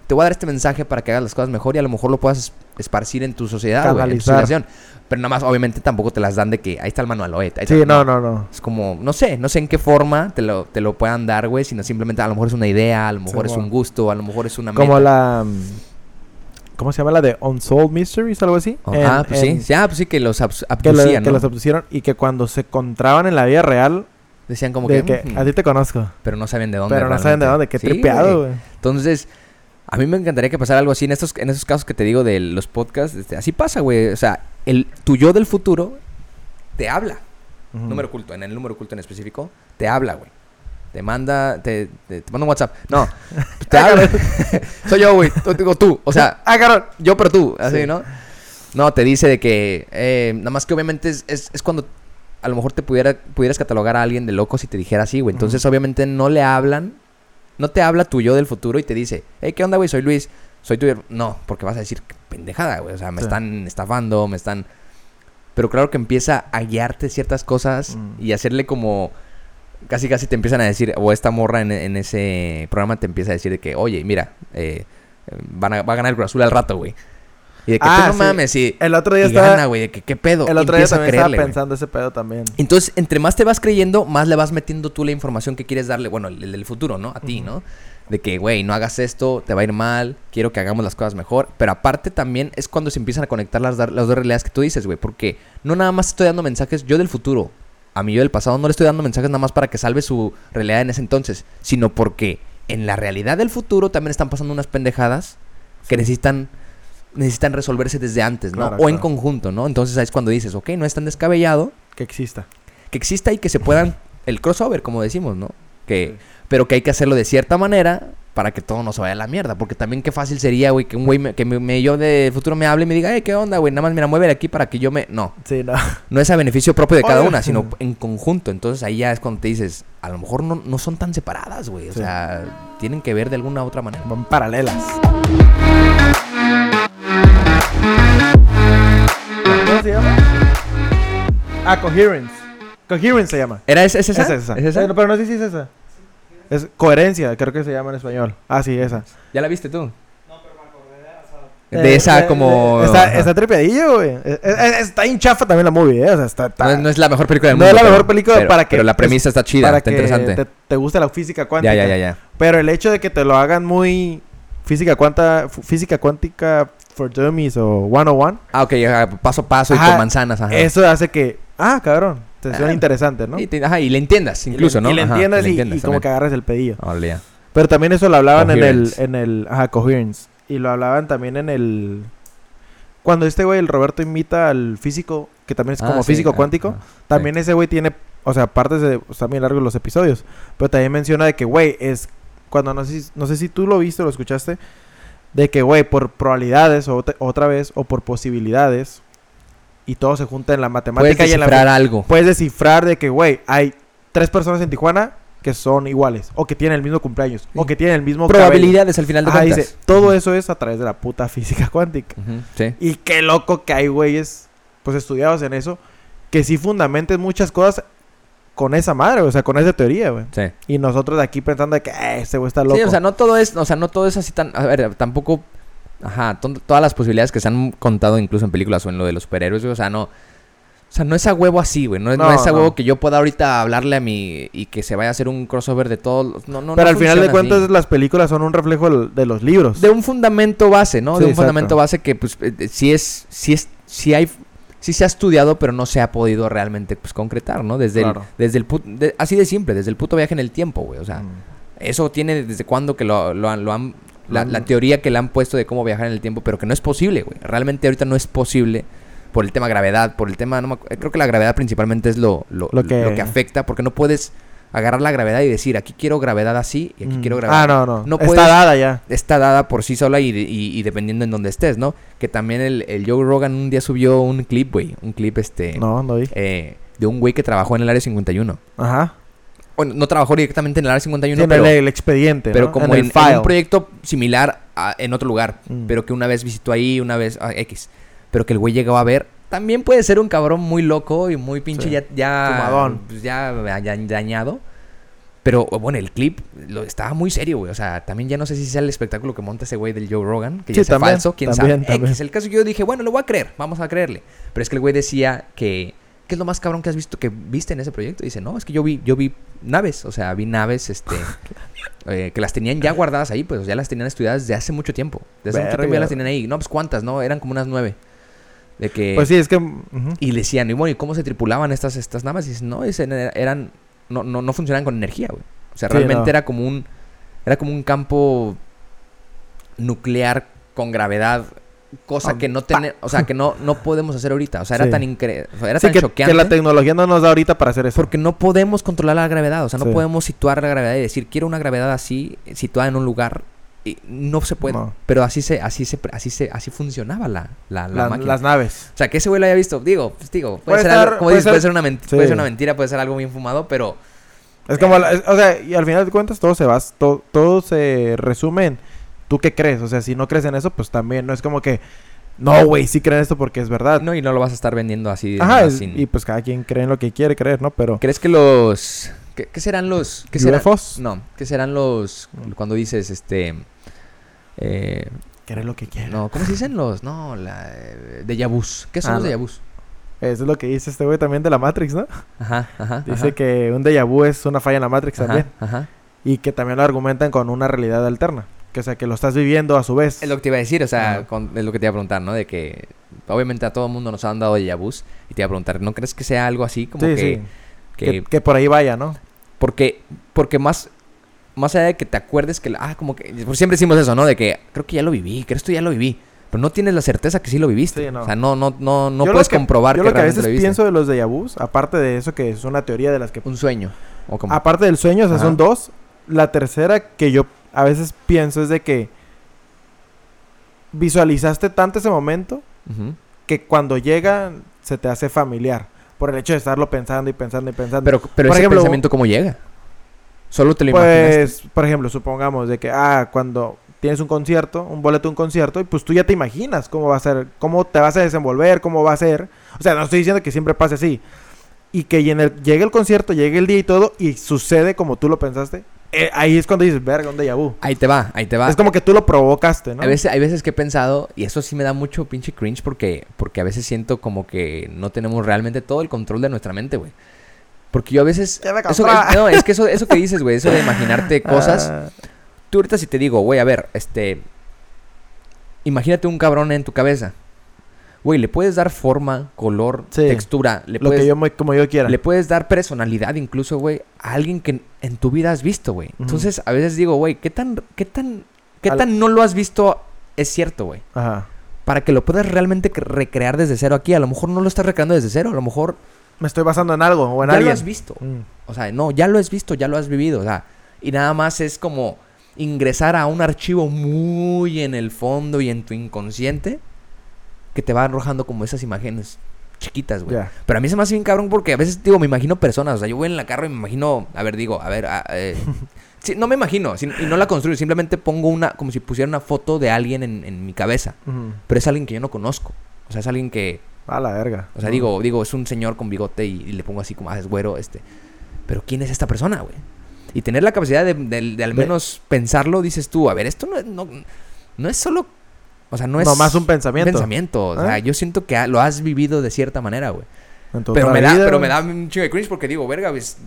Te voy a dar este mensaje para que hagas las cosas mejor y a lo mejor lo puedas es- esparcir en tu sociedad, güey, en tu Canalizar. civilización. Pero nada más, obviamente, tampoco te las dan de que ahí está el manual, oye, ahí está- Sí, no, no, no. Es como, no sé, no sé en qué forma te lo, te lo puedan dar, güey, sino simplemente a lo mejor es una idea, a lo mejor es bueno. un gusto, a lo mejor es una Como meta. la... mm, ¿Cómo se llama la de Unsolved Mysteries? Algo así. Oh, En- ah, pues en- sí, sí, ah, pues sí, que los abs- Que, lo- abducían, que ¿no? los abducieron y que cuando se encontraban en la vida real, Decían como de que... que "Mm, a ti te conozco, Pero no saben de dónde. pero no saben de realmente". dónde, qué Sí, güey. tripeado, güey. Entonces, a mí me encantaría que pasara algo así en estos en esos casos que te digo de los podcasts. este, así pasa, güey. O sea, el, tu yo del futuro te habla. Ujú. Número oculto, en el número oculto en específico, te habla, güey. Te manda, te, te- te manda un WhatsApp. No, te habla. Soy yo, güey. Tú, digo tú. O sea, ¡Ah, cabrón! yo pero tú. Así, Sí. ¿no? No, te dice de que... eh, nada más que obviamente es, es, es cuando a lo mejor te pudiera, pudieras catalogar a alguien de loco si te dijera así, güey. Entonces, obviamente, no le hablan. No te habla tu yo del futuro y te dice, hey, ¿qué onda, güey? Soy Luis. Soy tu... her-". No, porque vas a decir, "Qué pendejada, güey. O sea, me Sí. están estafando, me están... Pero claro que empieza a guiarte ciertas cosas Mm. y hacerle como... Casi, casi te empiezan a decir, o esta morra en, en ese programa te empieza a decir de que, oye, mira, eh, van a, va a ganar el Cruz Azul al rato, güey. Y de que Ah, tú no sí. mames, y, El otro y día estaba... gana, güey, de que qué pedo. el otro día Empieza a también estaba creerle, güey. pensando ese pedo también. Entonces, entre más te vas creyendo, más le vas metiendo tú la información que quieres darle, bueno, el, el del futuro, ¿no? A ti, Ujú. ¿no? De que, güey, no hagas esto, te va a ir mal, quiero que hagamos las cosas mejor. Pero aparte también es cuando se empiezan a conectar las, dar- las dos realidades que tú dices, güey. Porque no nada más estoy dando mensajes yo del futuro, a mi yo del pasado, no le estoy dando mensajes nada más para que salve su realidad en ese entonces, sino porque en la realidad del futuro también están pasando unas pendejadas que necesitan necesitan resolverse desde antes, ¿no? Claro, o en claro. conjunto, ¿no? Entonces ahí es cuando dices, ok, no es tan descabellado, Que exista. que exista y que se puedan el crossover, como decimos, ¿no? Que pero que hay que hacerlo de cierta manera para que todo no se vaya a la mierda, porque también qué fácil sería, güey, que un güey me- que me, me- yo de futuro me hable y me diga, "Eh, ¿qué onda, güey? Nada más mira, mueve aquí para que yo me no, Sí, no. no es a beneficio propio de cada Oye. una, sino en conjunto. Entonces ahí ya es cuando te dices, a lo mejor no, no son tan separadas, güey, o Sí. sea, tienen que ver de alguna otra manera. Van paralelas. ¿Cómo se llama? Ah, Coherence. Coherence se llama. Era es, es esa? Es esa. ¿Es esa? Eh, no, pero no sé si es esa. Es coherencia, creo que se llama en español. Ah, sí, esa. ¿Ya la viste tú? De Eh, esa eh, como... eh, Está, ajá. está trepiadillo, güey. Eh, eh, Está hinchafa también la movie, ¿eh? O sea, está... está- No, es- no es la mejor película del no mundo. es la pero- mejor película pero- para que... Pero la premisa está chida, para está que interesante. Te, te guste la física cuántica. Ya, ya, ya, ya. Pero el hecho de que te lo hagan muy física cuánta, fu- física cuántica for dummies o 101, Ah, ok, ajá, paso a paso y Ajá, con manzanas, ajá. eso hace que, ah, cabrón, te Ah. suena interesante, ¿no? Y, te- ajá, y le entiendas incluso, y le, ¿no? Y le Ajá, entiendas, le y- y, entiendas como que también. agarres el pedillo. Órale, ya. Pero también eso lo hablaban Coherence. en el en el ajá, coherence y lo hablaban también en el cuando este güey el Roberto imita al físico, que también es Ah, como sí, físico ah, cuántico, ah, También ese güey tiene, o sea, partes de, están bien largos los episodios, pero también menciona de que, güey, es cuando no sé, si- no sé si tú lo viste o lo escuchaste, de que, güey, por probabilidades o ot- otra vez, o por posibilidades, y todo se junta en la Puedes matemática y en la... descifrar algo. Puedes descifrar de que, güey, hay tres personas en Tijuana que son iguales, o que tienen el mismo cumpleaños, o Sí. que tienen el mismo... cabello. Probabilidades al final de Ajá, cuentas. dice, todo eso es a través de la puta física cuántica. Ujú, Sí. Y qué loco que hay güeyes, pues estudiados en eso, que sí fundamenten muchas cosas con esa madre, o sea, con esa teoría, güey. Sí. Y nosotros de aquí pensando de que "Eh, ese güey está loco. Sí, o sea, no todo es, o sea, no todo es así tan, a ver, tampoco, ajá, ton- todas las posibilidades que se han contado incluso en películas o en lo de los superhéroes, güey, o sea, no, o sea, no es a huevo así, güey, no, es- no No, es a no. huevo que yo pueda ahorita hablarle a mi, y que se vaya a hacer un crossover de todos, los- no, no, Pero no al final de funciona cuentas, así. las películas son un reflejo del- de los libros. de un fundamento base, ¿no? Sí, de un exacto. fundamento base que, pues, eh, eh, sí es, sí es, sí hay... Sí se ha estudiado, pero no se ha podido realmente pues, concretar, ¿no? Desde Claro. el, desde el put- de- así de simple, desde el puto viaje en el tiempo, güey. O sea, Mm. Eso tiene desde cuándo que lo, lo han... lo han- la, la Mm. teoría que le han puesto de cómo viajar en el tiempo, pero que no es posible, güey. Realmente ahorita no es posible por el tema gravedad, por el tema... No me acu- eh, creo que la gravedad principalmente es lo, lo, Lo lo que... que- afecta, porque no puedes agarrar la gravedad y decir, aquí quiero gravedad así y aquí Mm. quiero gravedad. Ah, no, no. No está puedes- dada ya. Está dada por sí sola y, de- y- y dependiendo en donde estés, ¿no? Que también el, el Joe Rogan un día subió un clip, güey. Un clip, este... No, no vi. eh, de un güey que trabajó en el Área 51. Ajá. Bueno, no trabajó directamente en el Área 51, Tiene pero... el, el expediente. Pero ¿no? como En en, el en file. un proyecto similar a- en otro lugar. Mm. Pero que una vez visitó ahí, una vez a X. Pero que el güey llegó a ver. También puede ser un cabrón muy loco y muy pinche Sí. ya... ya Fumadón. pues, ya, ya dañado. Pero bueno, el clip lo, estaba muy serio, güey. O sea, también ya no sé si sea el espectáculo que monta ese güey del Joe Rogan. Que Sí, ya sea también, falso, quién también, sabe. también. X. El caso que yo dije, bueno, lo voy a creer. Vamos a creerle. Pero es que el güey decía que... ¿Qué es lo más cabrón que has visto que viste en ese proyecto? Y dice, no, es que yo vi, yo vi naves, o sea, vi naves, este, eh, que las tenían ya guardadas ahí, pues ya las tenían estudiadas desde hace mucho tiempo. Desde hace mucho tiempo Verga. ya las tenían ahí. No, pues cuántas, ¿no? Eran como unas nueve. De que... Pues sí, es que. ujú. Y decían, y bueno, ¿y cómo se tripulaban estas, estas naves? Y dicen, no, dicen, "er- eran, no, no, no funcionaban con energía, güey. O sea, Sí, realmente no. era como un, era como un campo nuclear con gravedad, cosa Ah, que no tener, o sea, que no, no podemos hacer ahorita. O sea, era Sí. tan incre o sea, era Sí, tan que, que choqueante. la tecnología no nos da ahorita para hacer eso. Porque no podemos controlar la gravedad, o sea, no Sí. podemos situar la gravedad y decir, quiero una gravedad así, situada en un lugar. Y no se puede. No. Pero así se, así se, así se, así funcionaba la, la, la La- máquina. las naves. O sea, que ese güey lo haya visto. Digo, pues, digo, puede, Puede ser estar- algo, como puede dices, ser- puede ser una mentira, sí. puede ser una mentira, puede ser algo bien fumado, pero Es como. la- es- o sea, y al final de cuentas, todo se va. to- todo se resume en. ¿Tú qué crees? O sea, si no crees en eso, pues también. No es como que. No, güey, sí creen esto porque es verdad. no y no lo vas a estar vendiendo así. Ah. Ajá, nada, es- sin- y pues cada quien cree en lo que quiere creer, ¿no? Pero. ¿Crees que los qué, qué serán los qué serán? UFOs? No, ¿qué serán los cuando dices este eh, Cree lo que quiere. no, ¿cómo se dicen los? No, la eh, déjà vus. ¿Qué son Ah, los no. déjà vus? Eso es lo que dice este güey también de la Matrix, ¿no? Ajá, ajá. Dice ajá, que un déjà vu es una falla en la Matrix ajá, también. ajá. Y que también lo argumentan con una realidad alterna. Que, o sea, que lo estás viviendo a su vez. Es lo que te iba a decir, o sea, Ajá. con- es lo que te iba a preguntar, ¿no? De que obviamente a todo el mundo nos han dado déjà vus y te iba a preguntar, ¿no crees que sea algo así como sí, que- sí. que Que, que por ahí vaya, ¿no? Porque, porque más, más allá de que te acuerdes que, la- ah, como que, pues, siempre decimos eso, ¿no? De que creo que ya lo viví, que esto ya lo viví. Pero no tienes la certeza que sí lo viviste. Sí, no. O sea, no, no, no, no Yo lo puedes que- comprobar yo que lo que a realmente veces lo viviste. pienso de los déjà vus, aparte de eso que es una teoría de las que... Un sueño. O como, Aparte del sueño, o sea, Pues, Ajá. son dos. La tercera que yo a veces pienso es de que visualizaste tanto ese momento Ujú. que cuando llega se te hace familiar. Por el hecho de estarlo pensando y pensando y pensando. Pero, pero Por ese ejemplo, pensamiento, ¿cómo llega? Solo te lo imaginaste. Pues, por ejemplo, supongamos de que, ah, cuando tienes un concierto, un boleto de un concierto, y pues tú ya te imaginas cómo va a ser, cómo te vas a desenvolver, cómo va a ser. O sea, no estoy diciendo que siempre pase así. Y que y en el- llegue el concierto, llegue el día y todo, y sucede como tú lo pensaste, eh, ahí es cuando dices, verga, un déjà vu. Ahí te va, ahí te va. Es como que tú lo provocaste, ¿no? Hay Ah, veces, hay veces que he pensado, y eso sí me da mucho pinche cringe porque, porque a veces siento como que no tenemos realmente todo el control de nuestra mente, güey. Porque yo a veces... Ya me Eso, cansó. es- no, es que eso, eso que dices, güey, eso de imaginarte cosas. Ah, Tú ahorita si te digo, güey, a ver, este... Imagínate un cabrón en tu cabeza. Güey, le puedes dar forma, color, Sí. textura. Le lo puedes, que yo, me- como yo quiera. le puedes dar personalidad incluso, güey, a alguien que en- en tu vida has visto, güey. Ujú. Entonces, a veces digo, güey, ¿qué tan... ¿Qué tan... ¿Qué Al- tan no lo has visto es cierto, güey? Ajá. para que lo puedas realmente cre- recrear desde cero aquí. A lo mejor no lo estás recreando desde cero, a lo mejor Me estoy basando en algo o en ya alguien. lo has visto. Mm. O sea, no, ya lo has visto, ya lo has vivido. O sea, y nada más es como ingresar a un archivo muy en el fondo y en tu inconsciente que te va arrojando como esas imágenes chiquitas, güey. Ya. Pero a mí se me hace bien cabrón porque a veces, digo, me imagino personas. O sea, yo voy en la carro y me imagino, a ver, digo, a ver, a- eh, sí, no me imagino sin- y no la construyo. Simplemente pongo una, como si pusiera una foto de alguien en- en mi cabeza Ujú. pero es alguien que yo no conozco. O sea, es alguien que, A la verga. o sea, No. digo, digo, es un señor con bigote y, y le pongo así como, ah, es güero, este. Pero ¿quién es esta persona, güey? Y tener la capacidad de, de- de al De- menos pensarlo, dices tú, a ver, esto no, es- no, no es solo, o sea, no es... Nomás un un pensamiento. pensamiento. O sea, Ah. yo siento que ha- lo has vivido de cierta manera, güey. En tu Pero otra me, da, vida, pero güey. me da un chingo de cringe porque digo, verga, pues...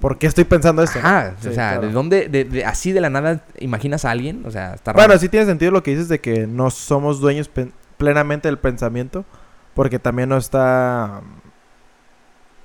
¿Por qué estoy pensando esto? Ajá, Sí, o sea, claro. ¿de dónde, de, de- así de la nada imaginas a alguien? O sea, está raro. Bueno, sí tiene sentido lo que dices de que no somos dueños pen- plenamente del pensamiento, porque también no está,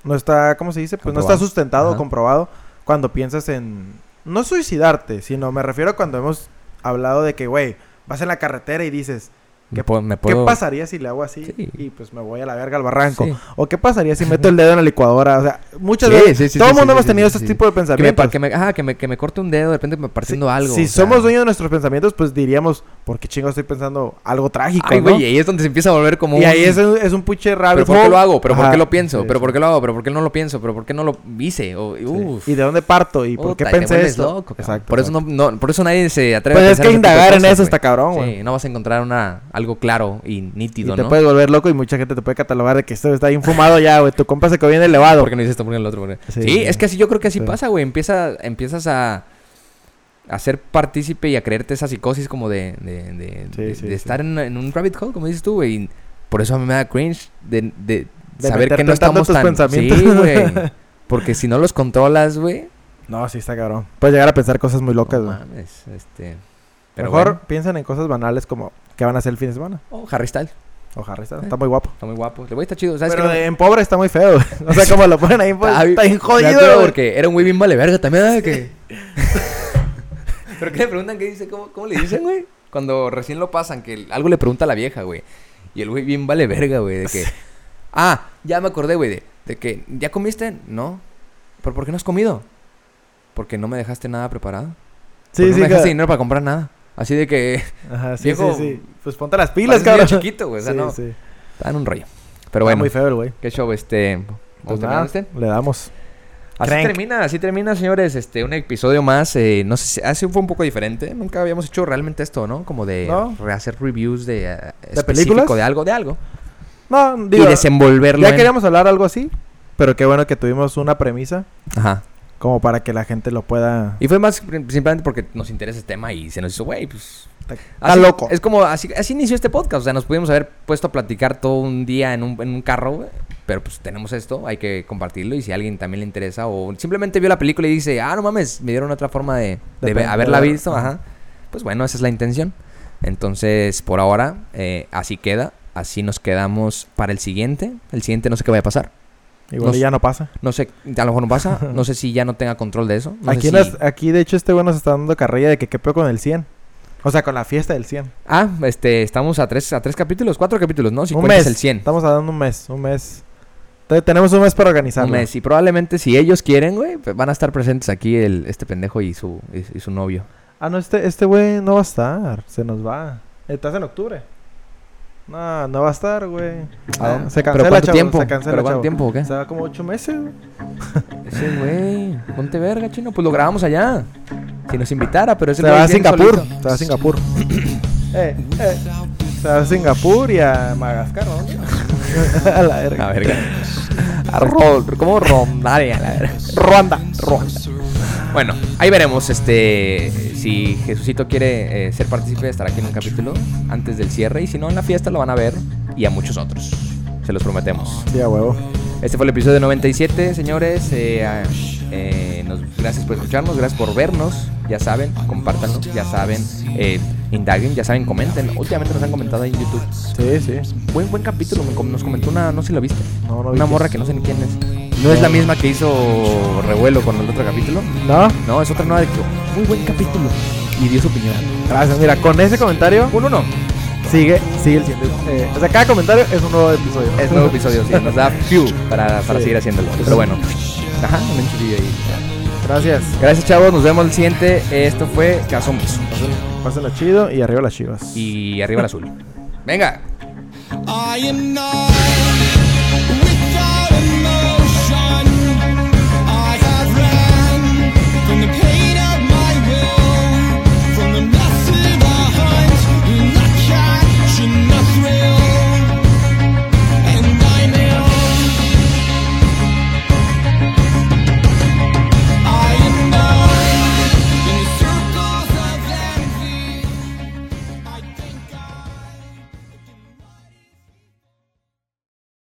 no está, ¿cómo se dice? Pues no Comprobado. está sustentado Ajá. o comprobado cuando piensas en, no suicidarte, sino me refiero a cuando hemos hablado de que, güey, vas en la carretera y dices, me ¿qué- puedo- me ¿qué puedo- pasaría si le hago así? Sí. Y pues me voy a la verga al barranco. Sí. ¿O qué pasaría si meto el dedo en la licuadora? O sea, muchas Sí, veces, sí, sí, todo el sí, mundo sí, hemos sí, tenido sí, esos sí. tipos de Que me, pensamientos. par- que, me, ajá, que, me, que me corte un dedo, de repente me partiendo algo. Si o sea. somos dueños de nuestros pensamientos, pues diríamos, ¿por qué chingo estoy pensando algo trágico? Ay, no? güey, ahí es donde se empieza a volver como Y un- ahí es un, es un puche rabio. ¿Pero por qué lo hago? ¿Pero por Ajá. qué lo pienso? Sí, ¿Pero sí, por qué lo hago? ¿Pero por qué no lo pienso? ¿Pero por qué no lo hice? O- sí. uf. ¿Y de dónde parto? ¿Y por qué Puta, y te pensé vuelves esto? loco, cabrón. por, eso no, no- por eso nadie se atreve Pues a es pensar que ese tipo de indagar en cosas, eso güey. está cabrón, güey. Sí, no vas a encontrar una, algo claro y Y nítido, te ¿no? puedes volver loco y mucha gente te puede catalogar de que esto está bien fumado ya, güey. Tu compa se quedó bien elevado. Porque no dices esto, porque el otro. porque- Sí, Sí, es que así yo creo que así sí. pasa, güey. Empieza, empiezas a, a ser partícipe y a creerte esa psicosis como de, de, de- Sí, de- sí, de sí. estar en, en un rabbit hole, como dices tú, güey. Y Por eso a mí me da cringe de, de De saber que meterte no tanto en estamos tus tan... pensamientos. Sí, güey. Porque si no los controlas, güey... No, sí está cabrón. Puedes llegar a pensar cosas muy locas, no güey. mames, este... Pero Mejor bueno. piensan en cosas banales como qué van a hacer el fin de semana. Oh, Harry Styles. O Harry Styles, Eh. Está muy guapo. Está muy guapo. Le voy a estar chido. ¿Sabes Pero qué? de- en pobre está muy feo. güey. O sea, como lo ponen ahí, pues, Ah, está bien me acuerdo jodido. güey. porque era un güey bien vale verga también, ¿verdad? Que... ¿Pero qué le preguntan? ¿Qué dice? ¿Cómo, cómo le dicen, güey? Cuando recién lo pasan, que algo le pregunta a la vieja, güey. Y el güey bien vale verga, güey. De que... Ah, ya me acordé, güey. De, de que... ¿Ya comiste? No. ¿Pero por qué no has comido? Porque no me dejaste nada preparado. Sí, Porque no sí, me dejaste claro. dinero para comprar nada. Así de que... Ajá, sí, Viejo, sí, sí. Pues ponte Y las las pilas, cabrón. cabrón. chiquito, güey. O sea, Sí, no... sí. Está en un rollo. Pero Está bueno. muy feo el güey. ¿Qué show? Este... ¿Vamos Pues nada, terminando este? le damos. Así Crank. termina, así termina, señores. Este, un episodio más. eh, no sé si así fue un poco diferente. Nunca habíamos hecho realmente esto, ¿no? Como de No. hacer reviews de, eh, específico películas? de algo, de algo. No, digo, y desenvolverlo. ya en- queríamos hablar algo así, pero qué bueno que tuvimos una premisa Ajá. como para que la gente lo pueda... Y fue más prim- simplemente porque nos interesa el tema y se nos hizo, güey, pues. Está así- loco. Es como así, así inició este podcast. O sea, nos pudimos haber puesto a platicar todo un día en un, en un carro, güey, Pero pues tenemos esto, hay que compartirlo. Y si a alguien también le interesa o simplemente vio la película y dice, ah, no mames, me dieron otra forma de, de ve- pensar. haberla visto, Ajá. ajá. Pues bueno, esa es la intención. Entonces, por ahora, eh, así queda. Así nos quedamos para el siguiente. El siguiente no sé qué vaya a pasar. Igual nos- y ya no pasa. No sé, a lo mejor no pasa. No sé si ya no tenga control de eso. No sé aquí, si- nos- aquí, de hecho, este güey nos está dando carrilla de que qué peor con el 100. O sea, con la fiesta del 100. Ah, este, estamos a tres, a tres capítulos, cuatro capítulos, ¿no? Si un cuentas mes. el 100. Estamos dando un mes, un mes. Te- tenemos un mes para organizarlo. Un mes. Y probablemente si ellos quieren, güey, pues, van a estar presentes aquí el, este pendejo y su, y, y su novio. Ah, no, este este güey no va a estar. Se nos va. Estás en octubre. No, no va a estar, güey. Ah, se ¿pero cancela, cuánto chavo. tiempo? Se cancela, ¿Pero cuánto chavo. tiempo o qué? Se va como ocho meses. güey. Sí, güey. Ponte verga, chino. Pues lo grabamos allá. Si nos invitara, pero ese Se güey va a bien Singapur. solito. Se va a Singapur. eh, eh. Se va a Singapur y a Madagascar, ¿no? a la verga. A verga. A ro- ¿Cómo rondar? A la verga. Ruanda. Ruanda. Bueno, ahí veremos este si Jesucito quiere eh, ser partícipe, estará aquí en un capítulo antes del cierre. Y si no, en la fiesta lo van a ver y a muchos otros. Se los prometemos. Sí, a huevo. Este fue el episodio 97, señores. Eh, ah, eh, nos- gracias por escucharnos, gracias por vernos. Ya saben, compártanlo, ya saben, eh, indaguen, ya saben, comenten. Últimamente nos han comentado ahí en YouTube. Sí, sí. Buen, buen capítulo, me com- nos comentó una, no sé si la viste, No, no una vi morra que no sé ni quién es. No es la misma que hizo revuelo con el otro capítulo. No, No, es otra nueva de muy buen capítulo. Y dio su opinión. gracias. Mira, con ese comentario Un uno. sigue, sigue el siguiente. eh, o sea, cada comentario es un nuevo episodio. Es nuevo episodio, sí. Nos da fuel para, para Sí. seguir haciéndolo. Pero bueno. Ajá, un enchilillo ahí. Gracias. Gracias, chavos. Nos vemos el siguiente. Esto fue Caso Miso. Pásenla- Pásenla chido y arriba las chivas. Y arriba el azul. Venga. I am not.